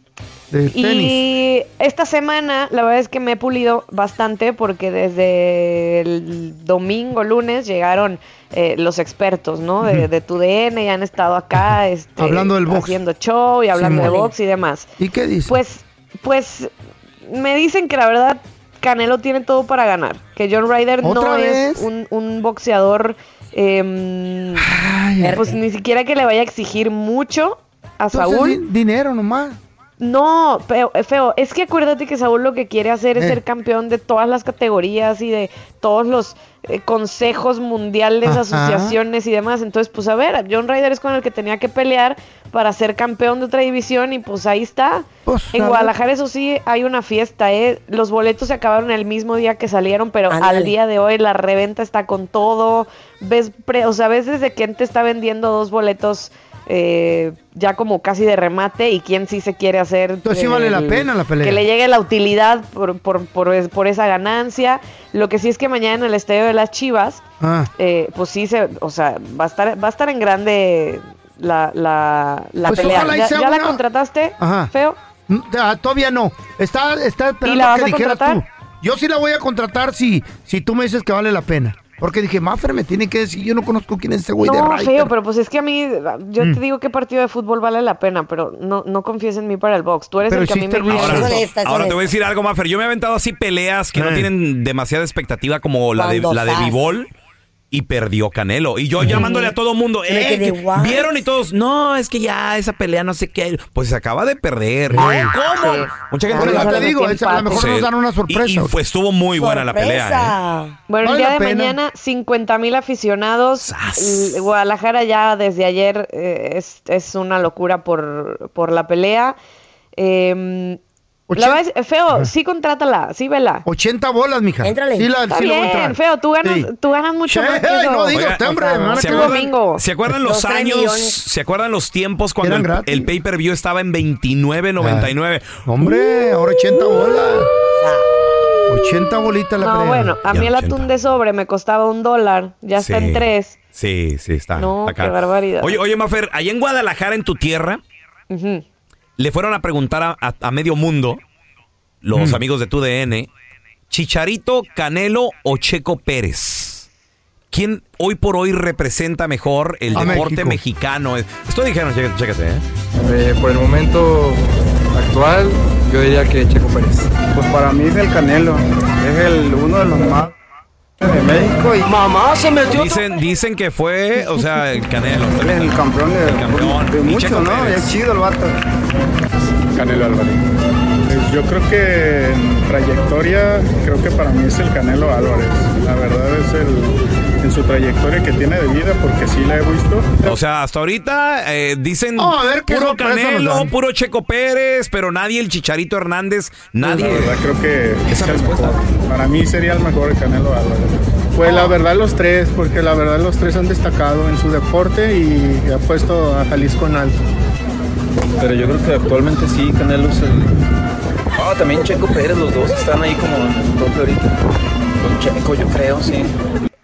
Speaker 2: de tenis.
Speaker 19: Y esta semana la verdad es que me he pulido bastante porque desde el domingo, lunes llegaron eh, los expertos, ¿no? De,
Speaker 2: Ujú.
Speaker 19: de tu DN y han estado acá este,
Speaker 2: Hablando del box.
Speaker 19: haciendo show y hablando de
Speaker 2: Simón.
Speaker 19: box y demás.
Speaker 2: ¿Y qué dice?
Speaker 19: Pues, pues me dicen que la verdad Canelo tiene todo para ganar, que John Ryder no
Speaker 2: ¿Otra
Speaker 19: es
Speaker 2: vez?
Speaker 19: un, un boxeador, em, pues ni siquiera que le vaya a exigir mucho a
Speaker 2: Entonces,
Speaker 19: Saúl.
Speaker 2: di- dinero nomás.
Speaker 19: No, feo, eh, feo, es que acuérdate que Saúl lo que quiere hacer es
Speaker 2: Eh.
Speaker 19: ser campeón de todas las categorías y de todos los eh, consejos mundiales,
Speaker 2: Ajá.
Speaker 19: asociaciones y demás. Entonces, pues a ver, John Ryder es con el que tenía que pelear para ser campeón de otra división y pues ahí está.
Speaker 2: Pues, a
Speaker 19: en
Speaker 2: ver.
Speaker 19: Guadalajara eso sí hay una fiesta, ¿eh? Los boletos se acabaron el mismo día que salieron, pero
Speaker 8: Ándale.
Speaker 19: al día de hoy la reventa está con todo. Ves, pre- o sea, ves desde quién te está vendiendo dos boletos eh, ya como casi de remate y quién sí se quiere hacer.
Speaker 2: Entonces, sí vale la pena la pelea.
Speaker 19: Que le llegue la utilidad por, por, por, es- por esa ganancia. Lo que sí es que mañana en el Estadio de las Chivas,
Speaker 2: Ah.
Speaker 19: eh, pues sí, se, o sea, va a estar, va a estar en grande la, la, la
Speaker 2: Pues
Speaker 19: pelea.
Speaker 2: ojalá y
Speaker 19: ¿Ya,
Speaker 2: sea
Speaker 19: ya la
Speaker 2: una-
Speaker 19: contrataste,
Speaker 2: Ajá.
Speaker 19: feo?
Speaker 2: Mm, ah, todavía no. Está, está
Speaker 19: ¿Y la
Speaker 2: esperando
Speaker 19: vas
Speaker 2: que
Speaker 19: a
Speaker 2: dijeras tú.
Speaker 19: contratar?
Speaker 2: Yo sí la voy a contratar si, si tú me dices que vale la pena. Porque dije, Maffer me tiene que decir, yo no conozco quién es ese güey de
Speaker 19: No,
Speaker 2: Ryder.
Speaker 19: feo, pero pues es que a mí, yo
Speaker 2: Mm.
Speaker 19: te digo qué partido de fútbol vale la pena, pero no, no confíes en mí para el box. Tú eres
Speaker 2: Pero
Speaker 19: el que a mí
Speaker 2: hiciste
Speaker 19: me guía.
Speaker 1: Ahora,
Speaker 8: Es honesta, es
Speaker 1: ahora te voy
Speaker 8: honesta.
Speaker 1: a decir algo, Mafer. Yo me he aventado así peleas
Speaker 2: Eh.
Speaker 1: que no tienen demasiada expectativa como la de,
Speaker 8: Cuando
Speaker 1: la de
Speaker 8: zas.
Speaker 1: Bivol y perdió Canelo. Y yo llamándole a todo mundo.
Speaker 8: Me
Speaker 1: "Eh,
Speaker 8: quedé,
Speaker 1: que-
Speaker 8: "What?"
Speaker 1: ¿Vieron? Y todos, no, es que ya esa pelea no sé qué. Pues se acaba de perder. ¿Cómo?
Speaker 19: Sí.
Speaker 1: Mucha gente
Speaker 2: Por
Speaker 1: le
Speaker 2: eso
Speaker 1: va-
Speaker 2: te digo, es- a lo mejor
Speaker 1: Sí.
Speaker 2: nos dan una
Speaker 1: Y, y
Speaker 2: sorpresa.
Speaker 1: fue- estuvo muy buena la pelea. ¿eh?
Speaker 19: Bueno, el
Speaker 2: Vale
Speaker 19: día
Speaker 2: la
Speaker 19: de
Speaker 2: pena.
Speaker 19: mañana, 50 mil aficionados. L- Guadalajara ya desde ayer eh, es, es una locura por, por la pelea. Em,
Speaker 2: Ochen-
Speaker 19: la verdad es- feo, sí contrátala, sí vela.
Speaker 2: 80 bolas, mija.
Speaker 8: Éntrale.
Speaker 2: Sí, la,
Speaker 19: Está
Speaker 2: sí la voy a
Speaker 19: bien,
Speaker 2: entrar.
Speaker 19: feo, tú ganas,
Speaker 2: Sí.
Speaker 19: tú ganas mucho
Speaker 2: Sí,
Speaker 19: más que eso.
Speaker 2: no digas,
Speaker 1: Oiga,
Speaker 2: te, hombre, me van a
Speaker 1: ¿Se
Speaker 19: Este
Speaker 2: quedar-
Speaker 1: acuerdan,
Speaker 19: domingo.
Speaker 1: se acuerdan los
Speaker 8: Los tres
Speaker 1: años?
Speaker 8: millones.
Speaker 1: ¿Se acuerdan los tiempos cuando
Speaker 2: Eran
Speaker 1: el,
Speaker 2: gratis. Ah,
Speaker 1: el pay-per-view estaba en 29.99?
Speaker 2: Hombre, ahora 80 bolas. 80 bolitas la
Speaker 19: No,
Speaker 2: pelea.
Speaker 19: bueno, a mí
Speaker 1: Ya,
Speaker 19: el atún de sobre me costaba un dólar, ya está
Speaker 1: Sí.
Speaker 19: en tres.
Speaker 1: Sí, sí, está.
Speaker 19: No,
Speaker 1: está
Speaker 19: qué
Speaker 1: caro.
Speaker 19: barbaridad.
Speaker 1: Oye, oye, Mafer, allá en Guadalajara, en tu tierra,
Speaker 19: Ujú.
Speaker 1: le fueron a preguntar a, a- a medio mundo, los amigos de tu DN, Chicharito, Canelo o Checo Pérez. ¿Quién hoy por hoy representa mejor el
Speaker 20: A
Speaker 1: deporte
Speaker 20: México.
Speaker 1: mexicano? Esto dijeron, chécate, chécate, ¿eh?
Speaker 20: Eh, por el momento actual, yo diría que Checo Pérez. Pues para mí es el Canelo, es el, uno de los más de México y mamá se metió.
Speaker 1: Dicen, dicen que fue, o sea, el Canelo.
Speaker 20: El campeón de, de
Speaker 1: Y
Speaker 20: mucho,
Speaker 1: Checo
Speaker 20: ¿no?
Speaker 1: Pérez.
Speaker 20: Es chido el vato. Canelo Álvarez. Pues Yo creo que en trayectoria, creo que para mí es el Canelo Álvarez. La verdad es el, en su trayectoria que tiene de vida, porque sí la he visto.
Speaker 1: O sea, hasta ahorita eh, dicen
Speaker 20: Oh, a ver qué
Speaker 1: puro
Speaker 20: sorpresa nos
Speaker 1: Canelo,
Speaker 20: dan.
Speaker 1: puro Checo Pérez, pero nadie el Chicharito Hernández, nadie.
Speaker 20: La verdad creo que
Speaker 1: esa
Speaker 20: es el
Speaker 1: respuesta.
Speaker 20: mejor. Para mí sería el mejor el Canelo Álvarez. Pues la verdad los tres, porque la verdad los tres han destacado en su deporte y ha puesto a Jalisco en alto.
Speaker 11: Pero yo creo que actualmente sí, Canelo es el... Ah, también Checo Pérez, los dos están ahí como en el tope ahorita. Con Checo, yo creo, sí.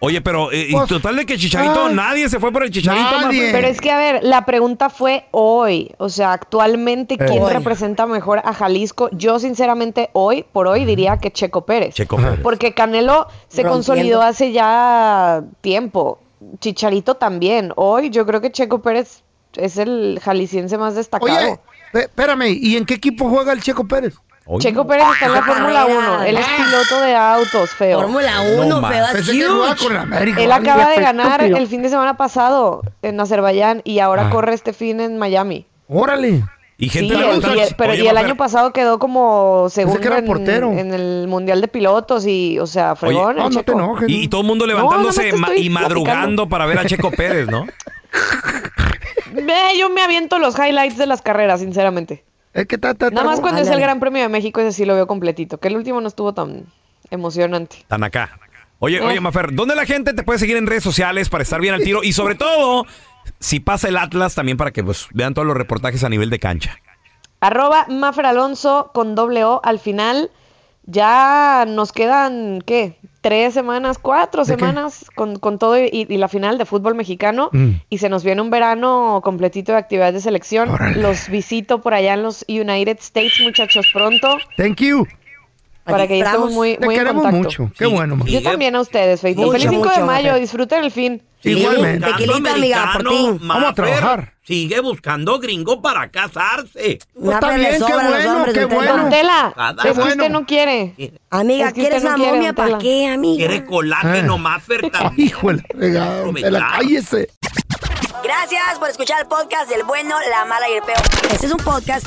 Speaker 1: Oye, pero eh, y total de que Chicharito,
Speaker 19: ay.
Speaker 1: nadie se fue por el Chicharito. Mafe.
Speaker 19: Pero es que, a ver, la pregunta fue hoy. O sea, actualmente, ¿quién
Speaker 1: Eh. Hoy.
Speaker 19: representa mejor a Jalisco? Yo, sinceramente, hoy por hoy diría que Checo Pérez.
Speaker 1: Checo Pérez.
Speaker 19: Porque Canelo se
Speaker 1: Rompiendo.
Speaker 19: consolidó hace ya tiempo. Chicharito también. Hoy yo creo que Checo Pérez es el jalisciense más destacado.
Speaker 2: Oye, pe- espérame, ¿y en qué equipo juega el Checo Pérez?
Speaker 19: Checo Pérez está en la Fórmula 1. Él es piloto de autos, feo.
Speaker 4: Fórmula
Speaker 2: uno, No feo, más. that's Pensé que jugaba huge. con el América.
Speaker 19: Él acaba de
Speaker 2: Estúpido.
Speaker 19: ganar el fin de semana pasado en Azerbaiyán y ahora
Speaker 1: Ah.
Speaker 19: corre este fin en Miami.
Speaker 2: Órale.
Speaker 1: Y
Speaker 19: Sí,
Speaker 1: gente
Speaker 19: el-
Speaker 1: pregunta,
Speaker 19: y el- pero
Speaker 1: oye,
Speaker 19: y el
Speaker 1: Mafer,
Speaker 19: año pasado quedó como segundo
Speaker 2: que era
Speaker 19: en-
Speaker 2: portero.
Speaker 19: En, el mundial de pilotos y, o sea,
Speaker 1: oye,
Speaker 19: fregón. el Checo.
Speaker 1: Y, y todo el mundo
Speaker 19: No,
Speaker 1: levantándose
Speaker 19: nada más te
Speaker 1: ma-
Speaker 19: estoy
Speaker 1: y madrugando para ver a Checo Pérez, ¿no?
Speaker 19: Ve, yo me aviento los highlights de las carreras, sinceramente.
Speaker 2: Es que
Speaker 19: Nada más cuando es el
Speaker 1: Ándale.
Speaker 19: Gran Premio de México ese sí lo veo completito. Que el último no estuvo tan emocionante.
Speaker 1: Están acá. Oye,
Speaker 19: Eh.
Speaker 1: oye, Mafer, ¿dónde la gente te puede seguir en redes sociales para estar bien al tiro? Y sobre todo, si pasa el Atlas también para que pues, vean todos los reportajes a nivel de cancha.
Speaker 19: Arroba Mafer Alonso con doble O al final. Ya nos quedan, ¿qué? Tres semanas, cuatro semanas con, con todo y, y la final de fútbol mexicano.
Speaker 21: Mm.
Speaker 19: Y se nos viene un verano completito de actividad de selección. Los visito por allá en los United States, muchachos, pronto.
Speaker 2: Thank you.
Speaker 19: Para que ya estemos muy,
Speaker 2: Te
Speaker 19: muy en
Speaker 2: queremos
Speaker 19: contacto.
Speaker 2: mucho. Qué bueno, man.
Speaker 19: Yo también a ustedes, Feito.
Speaker 2: Mucho,
Speaker 19: Feliz 5 de
Speaker 2: mucho,
Speaker 19: mayo,
Speaker 2: Mafer.
Speaker 19: disfruten el fin.
Speaker 2: Igualmente.
Speaker 22: Sigue buscando americano,
Speaker 2: Vamos a
Speaker 22: Mafer,
Speaker 2: trabajar.
Speaker 22: Sigue buscando gringo para casarse.
Speaker 1: Pues,
Speaker 4: No, Está pero le bien, qué sobran los bueno, hombres, qué don Tela. bueno.
Speaker 19: Don
Speaker 2: Ah,
Speaker 19: Tela,
Speaker 22: Cada-
Speaker 19: es que usted no quiere.
Speaker 4: Amiga,
Speaker 19: Es que
Speaker 4: ¿quieres
Speaker 19: usted
Speaker 4: una
Speaker 19: no quiere,
Speaker 4: momia?
Speaker 19: don
Speaker 4: ¿Para
Speaker 19: Tela.
Speaker 4: qué, amiga?
Speaker 22: Quiere colágeno, Mafer, también.
Speaker 2: Híjole, de la cállese.
Speaker 4: Gracias por escuchar el podcast del bueno, la mala y el peor. Este es un podcast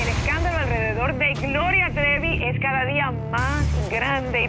Speaker 23: El escándalo alrededor de Gloria Trevi es cada día más grande y